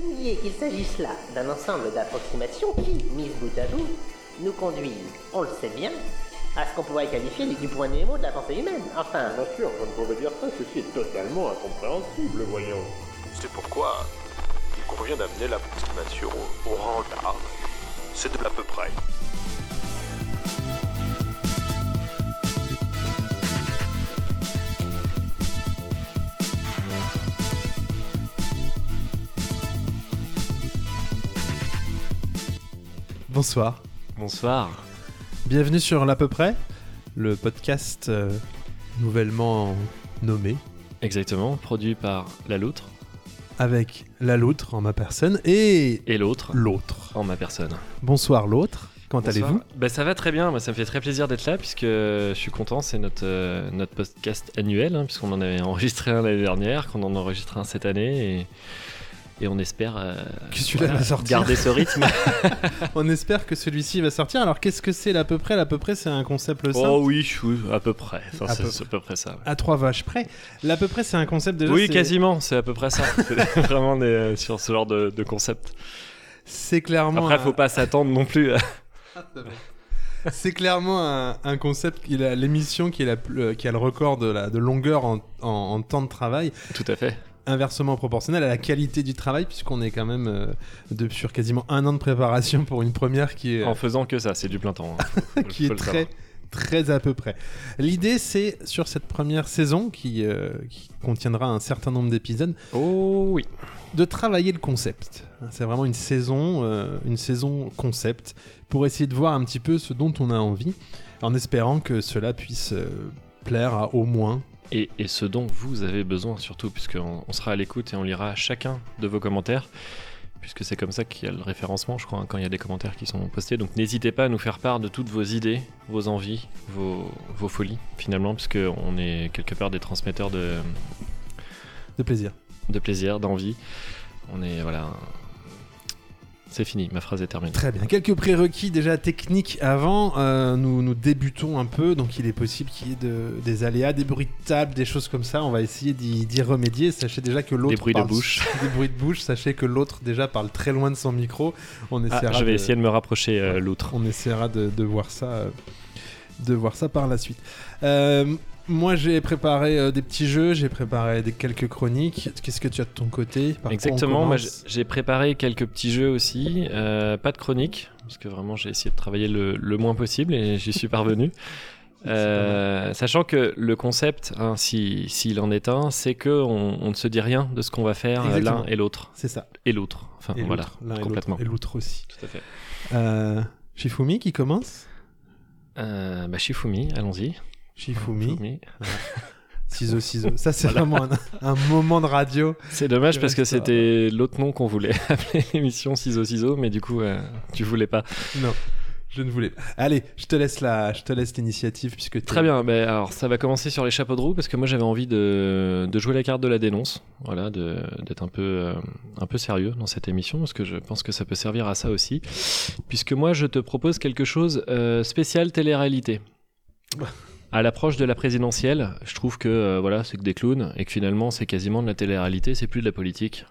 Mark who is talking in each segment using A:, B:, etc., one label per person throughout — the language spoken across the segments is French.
A: oublier qu'il s'agisse là d'un ensemble d'approximations qui, mises bout à bout, nous conduisent, on le sait bien, à ce qu'on pourrait qualifier du point némo de la pensée humaine. Enfin,
B: Bien sûr, je ne pouvais dire ça, ceci est totalement incompréhensible, voyons.
C: C'est pourquoi il convient d'amener l'approximation au, au rang d'art. C'est de l'à peu près.
D: Bonsoir.
E: Bonsoir.
D: Bienvenue sur l'à peu près, le podcast euh, nouvellement nommé
E: Exactement, produit par la loutre
D: avec la loutre en ma personne et
E: et l'autre
D: l'autre.
E: en ma personne.
D: Bonsoir l'autre. Comment allez-vous
E: Bah ça va très bien, moi ça me fait très plaisir d'être là puisque je suis content, c'est notre, euh, notre podcast annuel hein, puisqu'on en avait enregistré un l'année dernière, qu'on en enregistre un cette année et, et on espère euh,
D: Que celui-là va sortir.
E: garder ce rythme.
D: On espère que celui-ci va sortir. Alors qu'est-ce que c'est l'à peu près L'à peu près c'est un concept simple.
E: oh oui, je suis à peu près, Enfin,
D: À
E: c'est
D: peu
E: c'est à peu près ça. ouais.
D: À trois vaches près. L'à peu près c'est un concept déjà.
E: oui,
D: c'est-
E: quasiment, c'est à peu près ça. C'est vraiment on est, euh, sur ce genre de, de concept.
D: C'est clairement.
E: Après,
D: un-
E: faut pas s'attendre non plus. à-
D: C'est clairement un, un concept. Il a l'émission qui, est la plus- euh, qui a le record de, la, de longueur en- en- en temps de travail.
E: Tout à fait.
D: inversement proportionnel à la qualité du travail puisqu'on est quand même euh, de, sur quasiment un an de préparation pour une première qui est,
E: En faisant que ça, c'est du plein temps. hein. Faut-
D: qui
E: faut
D: est
E: le savoir.
D: très très à peu près. L'idée c'est sur cette première saison qui, euh, qui contiendra un certain nombre d'épisodes
E: Oh oui.
D: de travailler le concept. C'est vraiment une saison euh, une saison concept pour essayer de voir un petit peu ce dont on a envie en espérant que cela puisse euh, plaire à au moins
E: Et, et ce dont vous avez besoin surtout, puisqu'on on sera à l'écoute et on lira chacun de vos commentaires, puisque c'est comme ça qu'il y a le référencement, je crois, hein, quand il y a des commentaires qui sont postés. Donc n'hésitez pas à nous faire part de toutes vos idées, vos envies, vos, vos folies, finalement, puisque on est quelque part des transmetteurs de,
D: de plaisir.
E: de plaisir, d'envie. On est, voilà... un- C'est fini, ma phrase est terminée.
D: Très bien. Quelques prérequis déjà techniques avant. Euh, nous, nous débutons un peu, donc il est possible qu'il y ait de- des aléas, des bruits de table, des choses comme ça. On va essayer d'y d'y remédier. Sachez déjà que l'autre.
E: Des bruits de
D: parle-
E: bouche.
D: Des bruits de bouche. Sachez que l'autre déjà parle très loin de son micro. On
E: Ah,
D: essaiera,
E: je vais
D: de,
E: essayer de me rapprocher euh, l'autre.
D: on essaiera de, de voir ça. euh, de voir ça par la suite. Euh, moi, j'ai préparé euh, des petits jeux, j'ai préparé des, quelques chroniques. Qu'est-ce que tu as de ton côté Par quoi on
E: Exactement, moi j'ai
D: commence
E: j'ai préparé quelques petits jeux aussi, euh, pas de chronique, parce que vraiment j'ai essayé de travailler le, le moins possible et j'y suis parvenu. Euh, sachant que le concept, hein, si- s'il en est un, c'est que on, on ne se dit rien de ce qu'on va faire euh,
D: Exactement.
E: l'un et l'autre.
D: C'est ça.
E: Et l'autre, enfin
D: Et
E: Ah, voilà,
D: l'autre, l'un et l'autre,
E: complètement.
D: Et l'autre aussi.
E: Tout à fait.
D: Euh, Shifumi qui commence
E: Euh, bah, Shifumi, allons-y.
D: Shifumi,
E: Shifumi.
D: ciseaux, ciseaux. Ça, c'est vraiment un, un moment de radio.
E: C'est dommage
D: Je
E: parce que
D: reste à-
E: c'était l'autre nom qu'on voulait appeler l'émission Ciseaux Ciseaux, mais du coup euh, tu voulais pas.
D: Non, je ne voulais pas. Allez, je te laisse la, je te laisse l'initiative puisque t'es-
E: Très bien, ben alors ça va commencer sur les chapeaux de roue parce que moi j'avais envie de, de jouer la carte de la dénonce, voilà, de- d'être un peu, euh, un peu sérieux dans cette émission parce que je pense que ça peut servir à ça aussi, puisque moi je te propose quelque chose euh, spécial télé-réalité. À l'approche de la présidentielle, je trouve que euh, voilà, c'est que des clowns et que finalement c'est quasiment de la télé-réalité, c'est plus de la politique.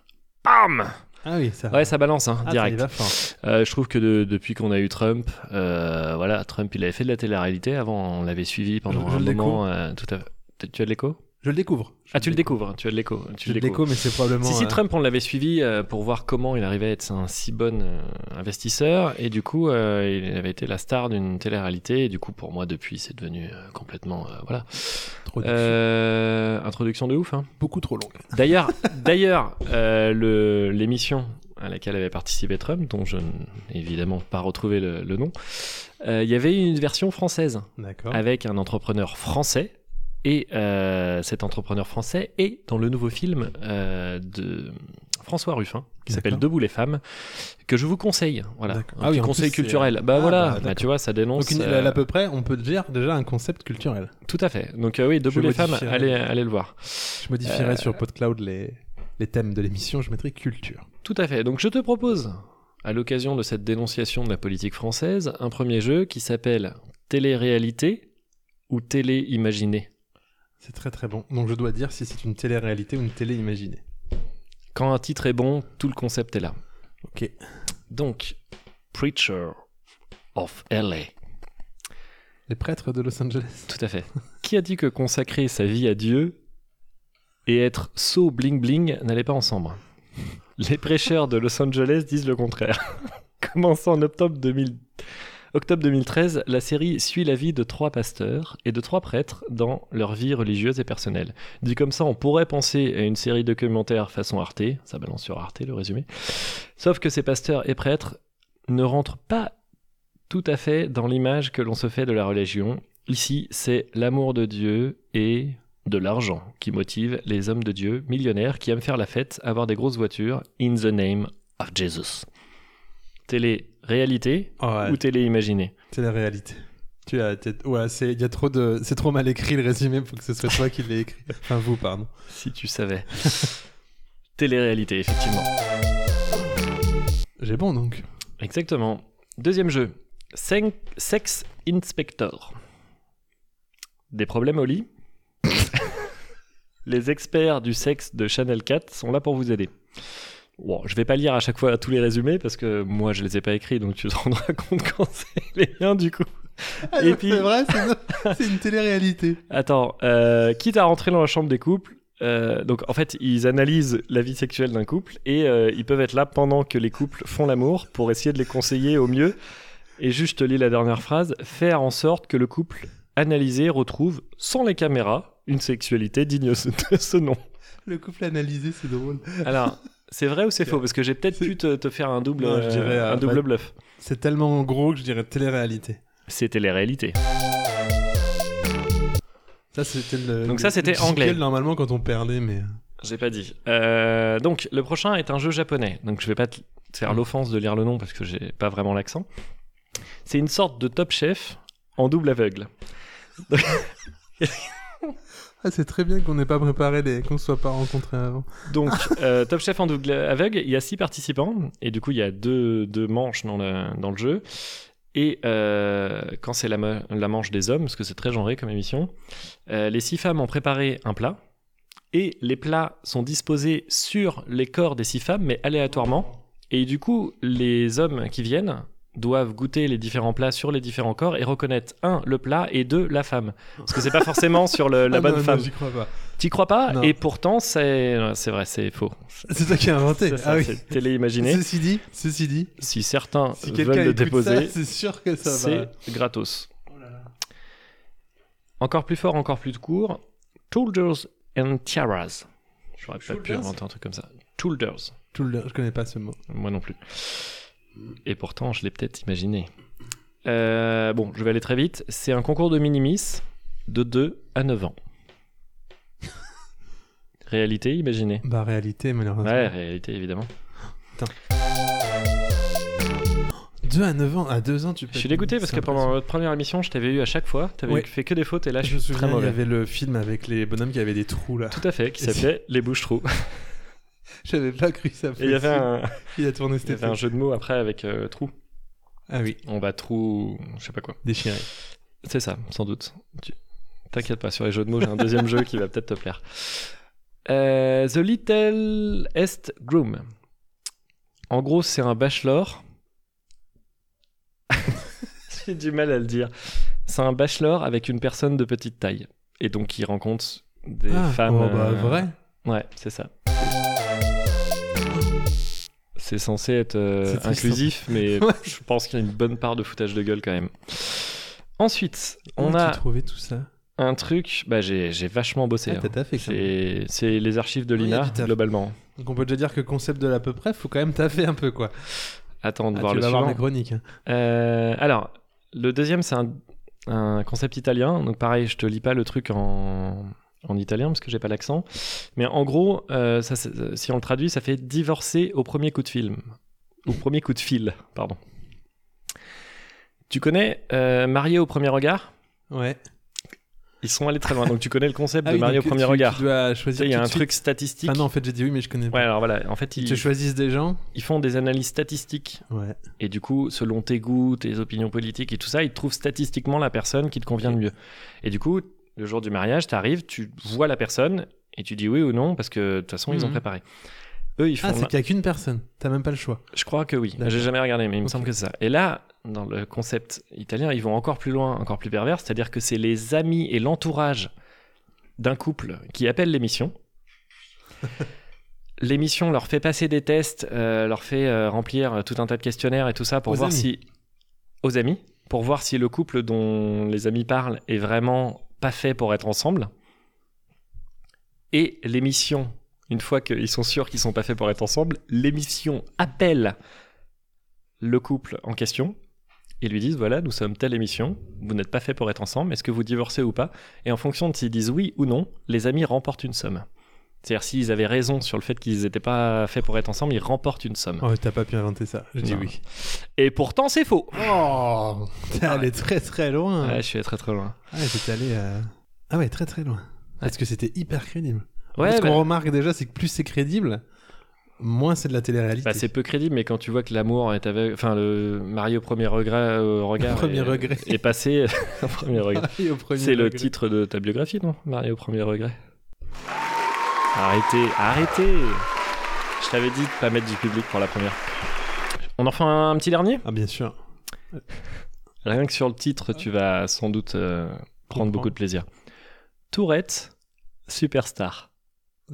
E: Bam
D: Ah oui, ça.
E: Ouais, ça balance, hein,
D: Ah, ça y
E: direct.
D: va fort.
E: Euh, je trouve que de- depuis qu'on a eu Trump, euh, voilà, Trump, il avait fait de la télé-réalité. Avant, on l'avait suivi pendant
D: Je- je
E: un
D: le découvre.
E: moment. euh, tout à fait. Tu- Tu as de l'écho
D: Je le découvre. Je
E: Ah, tu le découvres. hein, Tu as de l'écho. Tu
D: Je le découvre, mais c'est probablement.
E: Si, si,
D: euh,
E: Trump, on l'avait suivi euh, pour voir comment il arrivait à être un si bon euh, investisseur. Et du coup, euh, il avait été la star d'une télé-réalité. Et du coup, pour moi, depuis, c'est devenu euh, complètement. euh, voilà.
D: trop
E: Euh, introduction de ouf, hein.
D: Beaucoup trop long.
E: D'ailleurs, d'ailleurs, euh, le- l'émission à laquelle avait participé Trump, dont je n'ai évidemment pas retrouvé le, le nom, euh, il y avait une version française
D: D'accord.
E: avec un entrepreneur français. Et euh, cet entrepreneur français est dans le nouveau film euh, de François Ruffin, qui s'appelle
D: D'accord.
E: Debout les femmes, que je vous conseille. Voilà, un
D: D'accord. Ah
E: petit
D: oui, en
E: conseil
D: plus, c'est-
E: culturel. Bah
D: Ah, bah,
E: voilà, bah,
D: d'accord.
E: tu vois, ça dénonce.
D: Donc, une-
E: euh,
D: à peu près, on peut dire déjà un concept culturel.
E: Tout à fait. Donc euh, oui, Debout les femmes,
D: modifierai.
E: allez, allez le voir.
D: Je
E: Euh.
D: modifierai sur PodCloud les, les thèmes de l'émission. Je mettrai culture.
E: Tout à fait. Donc je te propose, à l'occasion de cette dénonciation de la politique française, un premier jeu qui s'appelle Télé-réalité ou Télé-imaginé.
D: C'est très très bon. Donc, je dois dire si c'est une télé-réalité ou une télé imaginée.
E: Quand un titre est bon, tout le concept est là.
D: Ok.
E: Donc, Preacher of LA.
D: Les prêtres de Los Angeles.
E: Tout à fait. Qui a dit que consacrer sa vie à Dieu et être so bling bling n'allaient pas ensemble Les prêcheurs de Los Angeles disent le contraire. Commençant en octobre, 2000 octobre 2013, la série suit la vie de trois pasteurs et de trois prêtres dans leur vie religieuse et personnelle. Dit comme ça, on pourrait penser à une série documentaire façon Arte, ça balance sur Arte le résumé. Sauf que ces pasteurs et prêtres ne rentrent pas tout à fait dans l'image que l'on se fait de la religion. Ici, c'est l'amour de Dieu et de l'argent qui motive les hommes de Dieu millionnaires qui aiment faire la fête, avoir des grosses voitures, in the name of Jesus. Télé-réalité
D: Ouais,
E: ou télé-imaginée
D: c'est la réalité. Tu as, t'es- ouais, c'est, il y a trop de, c'est trop mal écrit le résumé pour que ce soit toi qui l'aies écrit. Enfin, vous, pardon.
E: Si tu savais. Télé-réalité, effectivement.
D: J'ai bon donc.
E: Exactement. Deuxième jeu. Sen- Sex Inspector. Des problèmes au lit Les experts du sexe de Channel 4 sont là pour vous aider. Bon, je vais pas lire à chaque fois tous les résumés parce que moi je les ai pas écrits donc tu te rendras compte quand c'est les liens du coup. Et
D: donc,
E: puis-
D: c'est vrai, c'est une, c'est une télé-réalité.
E: Attends, euh, quitte à rentrer dans la chambre des couples, euh, donc en fait ils analysent la vie sexuelle d'un couple et euh, ils peuvent être là pendant que les couples font l'amour pour essayer de les conseiller au mieux. Et juste je te lis la dernière phrase, faire en sorte que le couple analysé retrouve, sans les caméras, une sexualité digne de ce nom.
D: Le couple analysé, c'est drôle.
E: Alors, c'est vrai ou c'est faux Parce que j'ai peut-être
D: C'est-
E: pu te, te faire un double,
D: Non, je
E: euh,
D: dirais, euh,
E: un double
D: bah-
E: bluff.
D: C'est tellement gros que je dirais télé-réalité.
E: C'était les réalités.
D: Ça, c'était le.
E: Donc
D: le-
E: ça, c'était
D: le jingle,
E: anglais.
D: Normalement, quand on perdait, mais.
E: J'ai pas dit. Euh, donc, le prochain est un jeu japonais. Donc, je vais pas te te faire l'offense de lire le nom parce que j'ai pas vraiment l'accent. C'est une sorte de top chef en double aveugle.
D: Ah, c'est très bien qu'on n'ait pas préparé les. qu'on se soit pas rencontrés avant.
E: Donc, euh, top chef en double aveugle, il y a six participants et du coup, il y a deux, deux manches dans le, dans le jeu. Et euh, quand c'est la, me- la manche des hommes, parce que c'est très genré comme émission, euh, les six femmes ont préparé un plat et les plats sont disposés sur les corps des six femmes, mais aléatoirement. Et du coup, les hommes qui viennent doivent goûter les différents plats sur les différents corps et reconnaître un le plat et deux la femme, parce que c'est pas forcément sur le- la
D: Ah,
E: bonne
D: non, non,
E: femme.
D: J'y crois pas.
E: T'y crois pas
D: Non.
E: Et pourtant, c'est c'est vrai, c'est faux.
D: C'est toi qui as inventé.
E: Ça, ça,
D: ah oui.
E: C'est télé-imaginé.
D: Ceci dit, ceci dit,
E: Si certains
D: si quelqu'un
E: veulent le
D: écoute
E: déposer,
D: ça, c'est sûr que ça va.
E: c'est gratos. Encore plus fort, encore plus court. Toolders and Tiaras. J'aurais pas pu
D: Shoulders
E: inventer un truc comme ça. Toolders.
D: Tout le- Je connais pas ce mot.
E: Moi non plus. Et pourtant, je l'ai peut-être imaginé. Euh, bon, je vais aller très vite. C'est un concours de minimis de 2 à 9 ans. Réalité, imaginez.
D: Bah, réalité, malheureusement.
E: Ouais, réalité, évidemment.
D: 2 à 9 ans, à 2 ans, tu peux.
E: Je suis dégoûté parce
D: C'est
E: que pendant notre première émission, je t'avais eu à chaque fois, t'avais
D: Oui.
E: fait que des fautes et là, je
D: Je me
E: suis très
D: souviens, il y
E: mauvais.
D: avait le film avec les bonhommes qui avaient des trous là.
E: Tout à fait, qui
D: Et
E: s'appelait Les Bouches Trous.
D: J'avais pas cru ça.
E: Et il y avait
D: possible.
E: un,
D: Il a tourné
E: il y
D: cet
E: avait un
D: été.
E: jeu de mots après avec euh, Trou.
D: Ah oui,
E: On va Trou. Je sais pas quoi.
D: déchiré.
E: C'est ça, sans doute. Tu- T'inquiète pas, sur les jeux de mots, j'ai un deuxième jeu qui va peut-être te plaire. Euh, The Little Est Groom. En gros, c'est un bachelor. J'ai du mal à le dire. C'est un bachelor avec une personne de petite taille. Et donc, il rencontre des
D: ah,
E: femmes.
D: oh, bah,
E: euh,
D: vrai.
E: Ouais, c'est ça. C'est censé être euh,
D: C'est triste, hein.
E: inclusif, mais
D: Ouais.
E: je pense qu'il y a une bonne part de foutage de gueule quand même. Ensuite, on
D: Comment
E: a
D: tu trouvais tout ça
E: un truc. Bah, j'ai j'ai vachement bossé.
D: Ah, t'as
E: hein.
D: t'as fait ça.
E: C'est c'est les archives de
D: Ouais, y a
E: l'INA,
D: du taf.
E: globalement.
D: Donc on peut déjà dire que concept de l'à peu près, faut quand même taffer un peu quoi.
E: Attends de
D: Ah,
E: voir
D: tu
E: le
D: vas
E: suivant.
D: voir mes chroniques. hein.
E: Euh, alors, le deuxième, c'est un, un concept italien. Donc, pareil, je te lis pas le truc en, en italien parce que j'ai pas l'accent. Mais en gros, euh, ça, c'est- si on le traduit, ça fait divorcer au premier coup de film. Au premier coup de fil, pardon. Tu connais euh, Marié au premier regard
D: Ouais.
E: Ils sont allés très loin. Donc, tu connais le concept
D: Ah
E: de
D: oui,
E: Marié au
D: donc
E: premier
D: tu-
E: regard.
D: Tu dois
E: Tu sais,
D: choisir.
E: Il y a
D: tout
E: un
D: de suite.
E: truc statistique.
D: Ah non, en fait j'ai dit oui, mais je connais pas.
E: Ouais, alors voilà. En fait,
D: Ils
E: ils,
D: te choisissent des gens.
E: ils font des analyses statistiques
D: Ouais.
E: Et du coup, selon tes goûts, tes opinions politiques et tout ça, ils trouvent statistiquement la personne qui te convient le mieux. Et du coup, le jour du mariage, tu arrives, tu vois la personne et tu dis oui ou non parce que de toute façon, ils ont
D: Mhm.
E: préparé. Eux, ils font.
D: Ah, c'est
E: la-
D: qu'il n'y a qu'une personne. T'as même pas le choix.
E: Je crois que oui.
D: D'accord.
E: J'ai jamais regardé, mais il me
D: Ok.
E: semble que c'est ça. Et là, dans le concept italien, ils vont encore plus loin, encore plus pervers, c'est-à-dire que c'est les amis et l'entourage d'un couple qui appellent l'émission. l'émission leur fait passer des tests, euh, leur fait euh, remplir euh, tout un tas de questionnaires et tout ça pour
D: Aux
E: voir
D: amis.
E: si aux amis, pour voir si le couple dont les amis parlent est vraiment pas fait pour être ensemble. Et l'émission, une fois qu'ils sont sûrs qu'ils sont pas faits pour être ensemble, l'émission appelle le couple en question et lui disent voilà, nous sommes telle émission, vous n'êtes pas faits pour être ensemble, est-ce que vous divorcez ou pas Et en fonction de s'ils disent oui ou non, les amis remportent une somme. C'est-à-dire s'ils avaient raison sur le fait qu'ils n'étaient pas faits pour être ensemble, ils remportent une somme.
D: Oh, t'as pas pu inventer ça. Je dis
E: Non.
D: oui.
E: Et pourtant, c'est faux.
D: Oh T'es allé très très loin.
E: Ouais, je suis très très loin.
D: Ah, t'es allé. euh, Ah ouais, très très loin. Parce que c'était hyper crédible. En fait,
E: Ouais,
D: ce
E: bah-
D: qu'on remarque déjà, c'est que plus c'est crédible, moins c'est de la télé-réalité.
E: Bah, c'est peu crédible, mais quand tu vois que l'amour est avec. Enfin, le Mario premier regret, euh, regard.
D: Premier
E: est,
D: regret.
E: Est passé. premier regret.
D: Pareil Ah au premier
E: C'est le
D: degré.
E: titre de ta biographie, non Mario premier regret. Arrêtez, arrêtez Je t'avais dit de pas mettre du public pour la première. On en fait un, un petit dernier
D: Ah, bien sûr.
E: Rien que sur le titre, tu vas sans doute euh, prendre
D: Comprends.
E: beaucoup de plaisir. Tourette, superstar.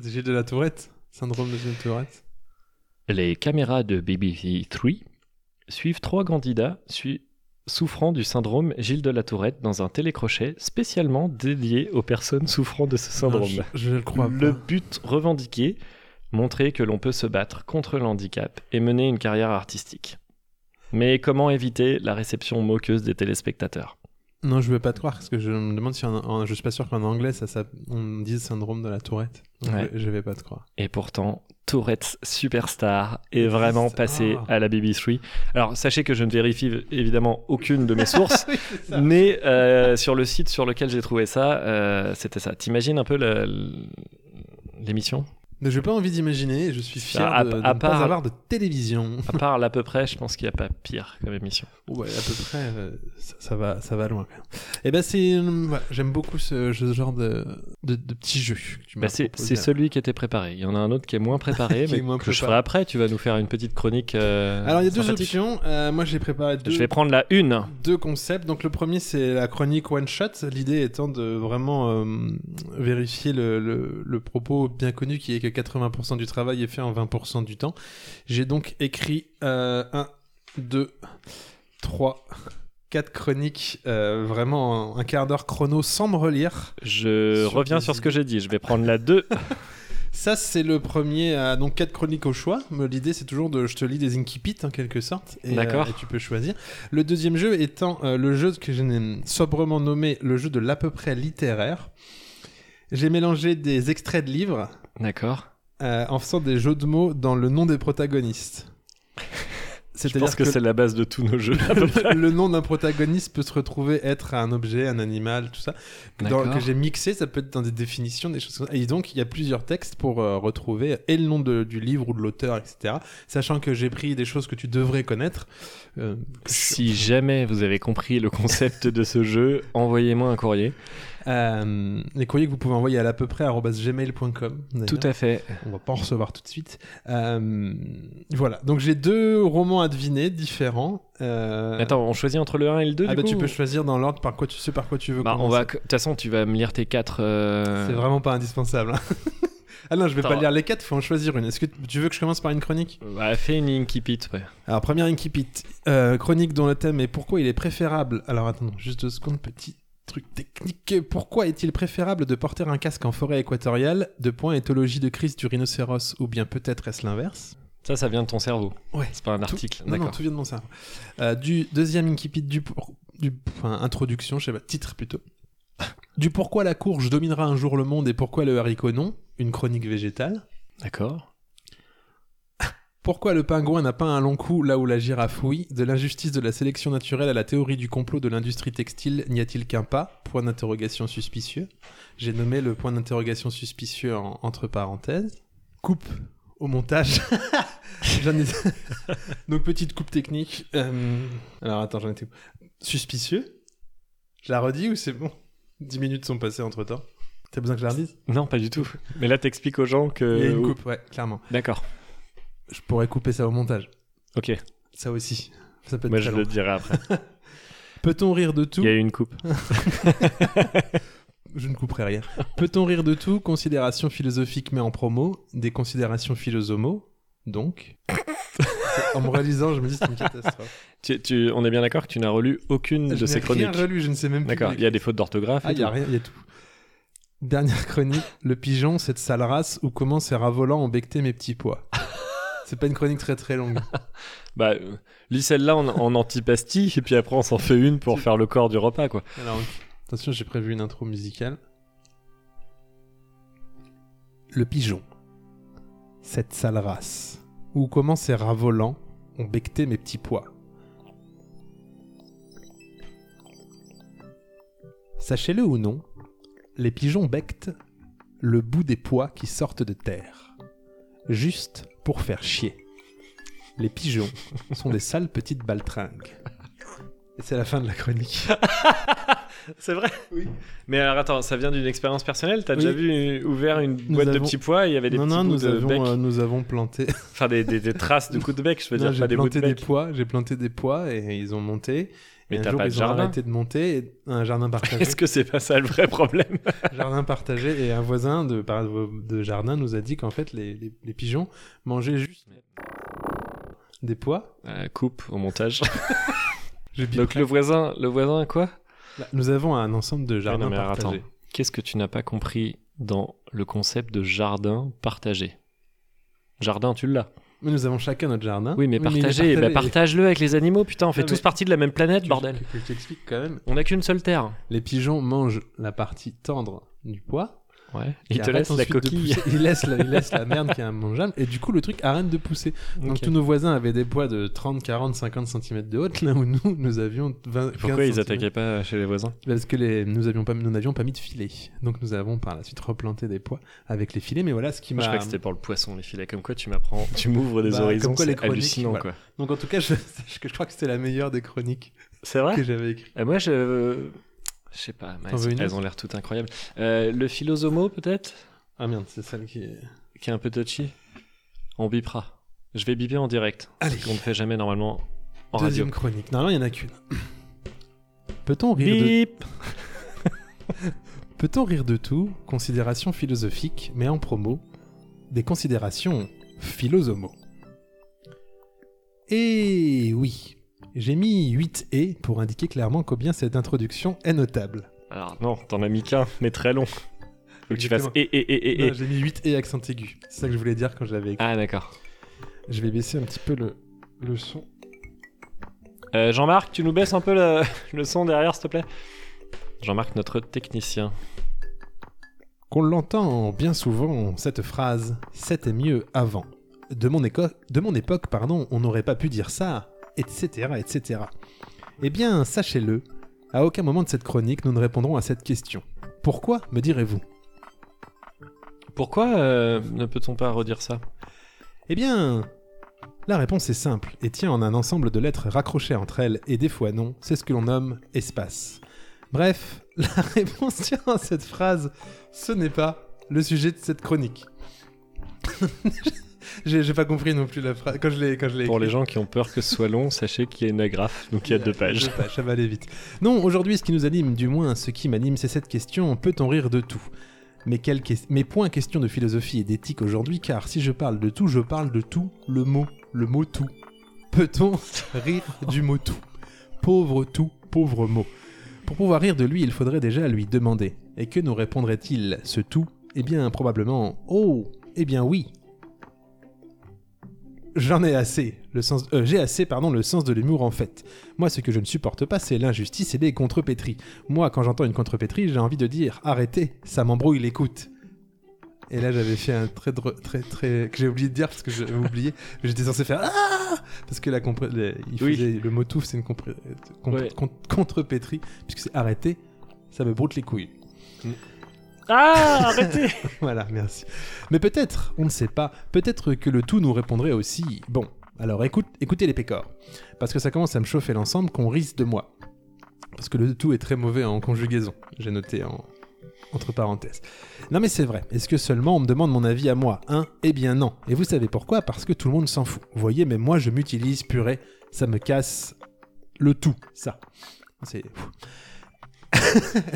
D: J'ai de la tourette. Syndrome de la tourette.
E: Les caméras de BBC3 suivent trois candidats su- souffrant du syndrome Gilles de la Tourette dans un télécrochet spécialement dédié aux personnes souffrant de ce syndrome.
D: Non, je, je le crois
E: Le
D: pas.
E: but revendiqué, montrer que l'on peut se battre contre le handicap et mener une carrière artistique. Mais comment éviter la réception moqueuse des téléspectateurs
D: Non, je veux pas te croire parce que je me demande si en, en- je suis pas sûr qu'en anglais ça, ça on dise syndrome de la tourette. Donc,
E: Ouais.
D: je, je vais pas te croire.
E: Et pourtant, Tourette's Superstar est vraiment passé
D: Ah.
E: à la BBC3. Alors, sachez que je ne vérifie évidemment aucune de mes sources, Mais euh, sur le site sur lequel j'ai trouvé ça, euh, c'était ça. T'imagines un peu la- l'émission
D: Mais j'ai pas envie d'imaginer. Je suis fier
E: Ah, à-
D: de, de
E: à
D: ne
E: part-
D: pas avoir de télévision.
E: À part l'à peu près, je pense qu'il n'y a pas pire comme émission.
D: Ouais, à peu près, euh, ça, ça va, ça va loin. quand même. Eh ben c'est, euh, ouais, j'aime beaucoup ce, ce genre de, de, de petits jeux. que tu m'as
E: Bah, c'est
D: proposé.
E: c'est celui qui était préparé. Il y en a un autre qui est moins préparé,
D: Qui est
E: mais
D: moins
E: que je
D: préparé.
E: ferai après. Tu vas nous faire une petite chronique. euh,
D: Alors il y a deux
E: sympathique.
D: options. Euh, moi j'ai préparé deux,
E: Je vais prendre la une.
D: deux concepts. Donc le premier c'est la chronique one shot. L'idée étant de vraiment euh, vérifier le, le, le propos bien connu qui est que 80% du travail est fait en 20% du temps. J'ai donc écrit euh, 1, 2, 3, 4 chroniques, euh, vraiment un quart d'heure chrono sans me relire.
E: Je
D: Sur
E: reviens
D: tes
E: sur ce que j'ai dit. Je vais prendre la deux.
D: Ça, c'est le premier à donc quatre chroniques au choix. Mais L'idée, c'est toujours de je te lis des incipits en quelque sorte. Et,
E: D'accord.
D: euh, et tu peux choisir. Le deuxième jeu étant euh, le jeu que j'ai sobrement nommé le jeu de l'à peu près littéraire. J'ai mélangé des extraits de livres
E: D'accord.
D: euh, en faisant des jeux de mots dans le nom des protagonistes.
E: Je pense que, c'est la base de tous nos jeux. à peu près.
D: le nom d'un protagoniste peut se retrouver être un objet, un animal, tout ça. Dans-
E: D'accord.
D: que j'ai mixé, ça peut être dans des définitions, des choses comme ça. Et donc, il y a plusieurs textes pour euh, retrouver et le nom de- du livre ou de l'auteur, etc. Sachant que j'ai pris des choses que tu devrais connaître. euh, que je-
E: Si jamais vous avez compris le concept de ce jeu, envoyez-moi un courrier.
D: euh, les courriers que vous pouvez envoyer à l'à peu près arobase gmail.com.
E: Tout à fait.
D: On va pas en recevoir tout de suite. Euh, voilà. Donc, j'ai deux romans à deviner différents. Euh,
E: Attends, on choisit entre le 1 et le 2
D: Ah
E: du
D: bah, tu
E: coup
D: peux choisir dans l'ordre par quoi tu sais par quoi tu veux
E: Bah, on
D: commencer.
E: va. De toute façon, tu vas me lire tes quatre. euh,
D: C'est vraiment pas indispensable. hein. ah non, je vais
E: Attends.
D: pas lire les quatre, faut en choisir une. Est-ce que tu veux que je commence par une chronique
E: Bah, fais une incipit, ouais.
D: Alors, première incipit, euh, chronique dont le thème est pourquoi il est préférable. Alors, attends, juste deux secondes, petit truc technique. Pourquoi est-il préférable de porter un casque en forêt équatoriale De point éthologie de crise du rhinocéros, ou bien peut-être est-ce l'inverse
E: Ça, ça vient de ton cerveau.
D: Ouais.
E: C'est pas un
D: Tout-
E: article.
D: Non, non,
E: D'accord.
D: tout vient de mon cerveau. Euh, du deuxième incipit du, pour- du enfin, introduction, je sais pas, titre plutôt. Du pourquoi la courge dominera un jour le monde et pourquoi le haricot non, une chronique végétale.
E: D'accord.
D: Pourquoi le pingouin n'a pas un long cou là où la girafe oui De l'injustice de la sélection naturelle à la théorie du complot de l'industrie textile, n'y a-t-il qu'un pas Point d'interrogation suspicieux. J'ai nommé le point d'interrogation suspicieux en- entre parenthèses. Coupe au montage. J'en ai- Donc petite coupe technique. Euh, Alors attends, j'en étais où Suspicieux Je la redis ou c'est bon 10 minutes sont passées entre-temps. T'as besoin que je la redise
E: Non, pas du tout. Mais là, t'expliques aux gens que.
D: Il y a une coupe, ouais, clairement.
E: D'accord.
D: Je pourrais couper ça au montage.
E: Ok,
D: Ça aussi. Ça peut être
E: moi
D: très
E: je
D: long.
E: le dirai après.
D: Peut-on rire de tout
E: Il y a eu une coupe.
D: Je ne couperai rien. Peut-on rire de tout Considérations philosophiques mais en promo. Des considérations philosomo, donc. C'est- en me relisant, je me dis c'est une catastrophe.
E: Tu- tu- on est bien d'accord que tu n'as relu aucune
D: je
E: de ces
D: n'ai rien
E: chroniques.
D: relu, je ne sais même plus.
E: D'accord,
D: de-
E: il y a des fautes d'orthographe. et
D: Ah, il y a
E: tout.
D: rien, il y a tout. Dernière chronique, le pigeon, cette sale race où comment ces rats volants ont becté mes petits pois. C'est pas une chronique très très longue.
E: Bah, euh, lis celle-là en, en antipastille, et puis après on s'en fait une pour faire le corps du repas, quoi.
D: Alors, Ah, attention, j'ai prévu une intro musicale. Le pigeon. Cette sale race. Où comment ces rats volants ont becté mes petits pois. Sachez-le ou non, les pigeons bectent le bout des pois qui sortent de terre. Juste pour faire chier. Les pigeons sont des sales petites baltringues. Et c'est la fin de la chronique.
E: C'est vrai Oui. Mais alors attends, ça vient d'une expérience personnelle T'as
D: Oui.
E: déjà vu euh, ouvert une boîte de
D: avons-
E: petits pois et il y avait des
D: non,
E: petits
D: non,
E: bouts
D: nous
E: de
D: avons,
E: bec,
D: euh, nous avons planté.
E: enfin des, des- des traces de coups de bec, je veux
D: Non,
E: dire, pas
D: J'ai
E: des bouts de
D: planté des
E: bec.
D: pois, j'ai planté des pois et ils ont monté.
E: Mais
D: et
E: t'as
D: un jour,
E: pas de
D: ils ont
E: jardin.
D: arrêté de monter. et- un jardin partagé,
E: Est-ce que c'est pas ça le vrai problème
D: jardin partagé. Et un voisin de, par- de jardin nous a dit qu'en fait, les, les- les pigeons mangeaient juste des pois.
E: Euh, Coupe au montage.
D: J'ai bien-
E: Donc le voisin, le voisin quoi
D: Là, Bah, nous avons un ensemble de
E: Ah
D: jardins
E: non, mais alors,
D: partagés.
E: attends. Qu'est-ce que tu n'as pas compris dans le concept de jardin partagé Jardin, tu l'as.
D: Mais nous avons chacun notre jardin.
E: Oui, mais
D: il est
E: partagé, bah,
D: partagé.
E: partage-le avec les animaux, putain, on fait
D: Non,
E: tous
D: mais-
E: partie de la même planète,
D: Tu-
E: bordel.
D: que Je t'explique quand même.
E: On n'a qu'une seule terre.
D: Les pigeons mangent la partie tendre du pois.
E: Ouais. Il
D: qui
E: te
D: arrête
E: laisse la
D: ensuite de
E: coquille.
D: pousser. Il laisse la, il laisse la merde qui est immangeable. Et du coup, le truc arrête de pousser. Donc
E: Ok.
D: tous nos voisins avaient des poids de 30, 40, 50 cm de haute, là où nous, nous avions 20,
E: Pourquoi
D: 15
E: ils
D: cm.
E: attaquaient pas chez les voisins
D: Parce que les, nous avions pas, nous n'avions pas mis de filet. Donc nous avons par la suite replanté des poids avec les filets. Mais voilà ce qui
E: Moi, Je
D: m'a...
E: crois que c'était pour le poisson, les filets. Comme quoi, tu m'apprends, Bah, tu m'ouvres des
D: Bah,
E: horizons.
D: comme quoi, les
E: C'est
D: chroniques,
E: hallucinant,
D: voilà.
E: quoi.
D: Donc en tout cas, je, sache que je crois que c'était la meilleure des chroniques
E: C'est
D: que
E: vrai
D: j'avais écrites.
E: Euh, Moi, je. Je sais pas, mais
D: T'en veux
E: elles,
D: une
E: elles
D: autre
E: ont l'air toutes incroyables. Euh, le philosomo, peut-être
D: Ah merde, c'est celle qui est...
E: Qui est un peu touchy On bipera. Je vais biper en direct.
D: Allez.
E: Ce qu'on ne fait jamais normalement Ah, en
D: Deuxième chronique. Non, non, il y en a qu'une. Peut-on
E: radio.
D: rire de...
E: Bip
D: Peut-on rire de tout Considérations philosophiques, mais en promo. Des considérations philosomo. Et oui, j'ai mis 8 et pour indiquer clairement combien cette introduction est notable.
E: Alors, non, t'en as mis qu'un, mais très long. Faut que tu fasses eh,
D: Exactement.
E: et, et, et, et,
D: Non, J'ai mis 8 et accent aigu. C'est ça que je voulais dire quand je l'avais écrit.
E: Ah, d'accord.
D: Je vais baisser un petit peu le, le son.
E: Euh, Jean-Marc, tu nous baisses un peu le, le son derrière, s'il te plaît Jean-Marc, notre technicien.
D: Qu'on l'entend bien souvent, cette phrase « c'était mieux avant ». De mon, éco- de mon époque, pardon, on n'aurait pas pu dire ça, etc., etc. Eh bien, sachez-le, à aucun moment de cette chronique, nous ne répondrons à cette question. Pourquoi, me direz-vous
E: Pourquoi euh, ne peut-on pas redire ça
D: Eh bien, la réponse est simple et tient en un ensemble de lettres raccrochées entre elles et des fois non, c'est ce que l'on nomme espace. Bref, la réponse tient en cette phrase, ce n'est pas le sujet de cette chronique. J'ai j'ai pas compris non plus la phrase quand je l'ai quand je l'ai
E: Pour les
D: écrite.
E: gens qui ont peur que ce soit long, sachez qu'il y a une agrafe, donc il y a deux pages.
D: ça va aller vite. Non, aujourd'hui, ce qui nous anime, du moins ce qui m'anime, c'est cette question peut-on rire de tout mais, quelle ques- mais point question de philosophie et d'éthique aujourd'hui, car si je parle de tout, je parle de tout, le mot, le mot tout. Peut-on rire du mot tout Pauvre tout, pauvre mot. Pour pouvoir rire de lui, il faudrait déjà lui demander. Et que nous répondrait-il, ce tout Eh bien, probablement, oh, eh bien oui, J'en ai assez. Le sens, euh, j'ai assez, pardon, le sens de l'humour en fait. Moi, ce que je ne supporte pas, c'est l'injustice et les contrepétries. Moi, quand j'entends une contrepétrie, j'ai envie de dire arrêtez, ça m'embrouille l'écoute. Et là, j'avais fait un très dre- très très que j'ai oublié de dire parce que j'avais oublié. J'étais censé faire ah parce que la compré- le, il
E: Oui.
D: faisait- le mot touffe, c'est une compré- euh, com-
E: Ouais.
D: con- contrepétrie puisque c'est arrêtez, ça me broute les couilles.
E: Ah, arrêtez
D: Voilà, merci. Mais peut-être, on ne sait pas, peut-être que le tout nous répondrait aussi. Bon, alors écoute, écoutez les pécores, parce que ça commence à me chauffer l'ensemble qu'on risque de moi. Parce que le tout est très mauvais en conjugaison, j'ai noté en, Entre parenthèses. Non mais c'est vrai. Est-ce que seulement on me demande mon avis à moi Hein Eh bien non. Et vous savez pourquoi Parce que tout le monde s'en fout. Vous voyez, mais moi je m'utilise, purée. Ça me casse le tout, ça. C'est...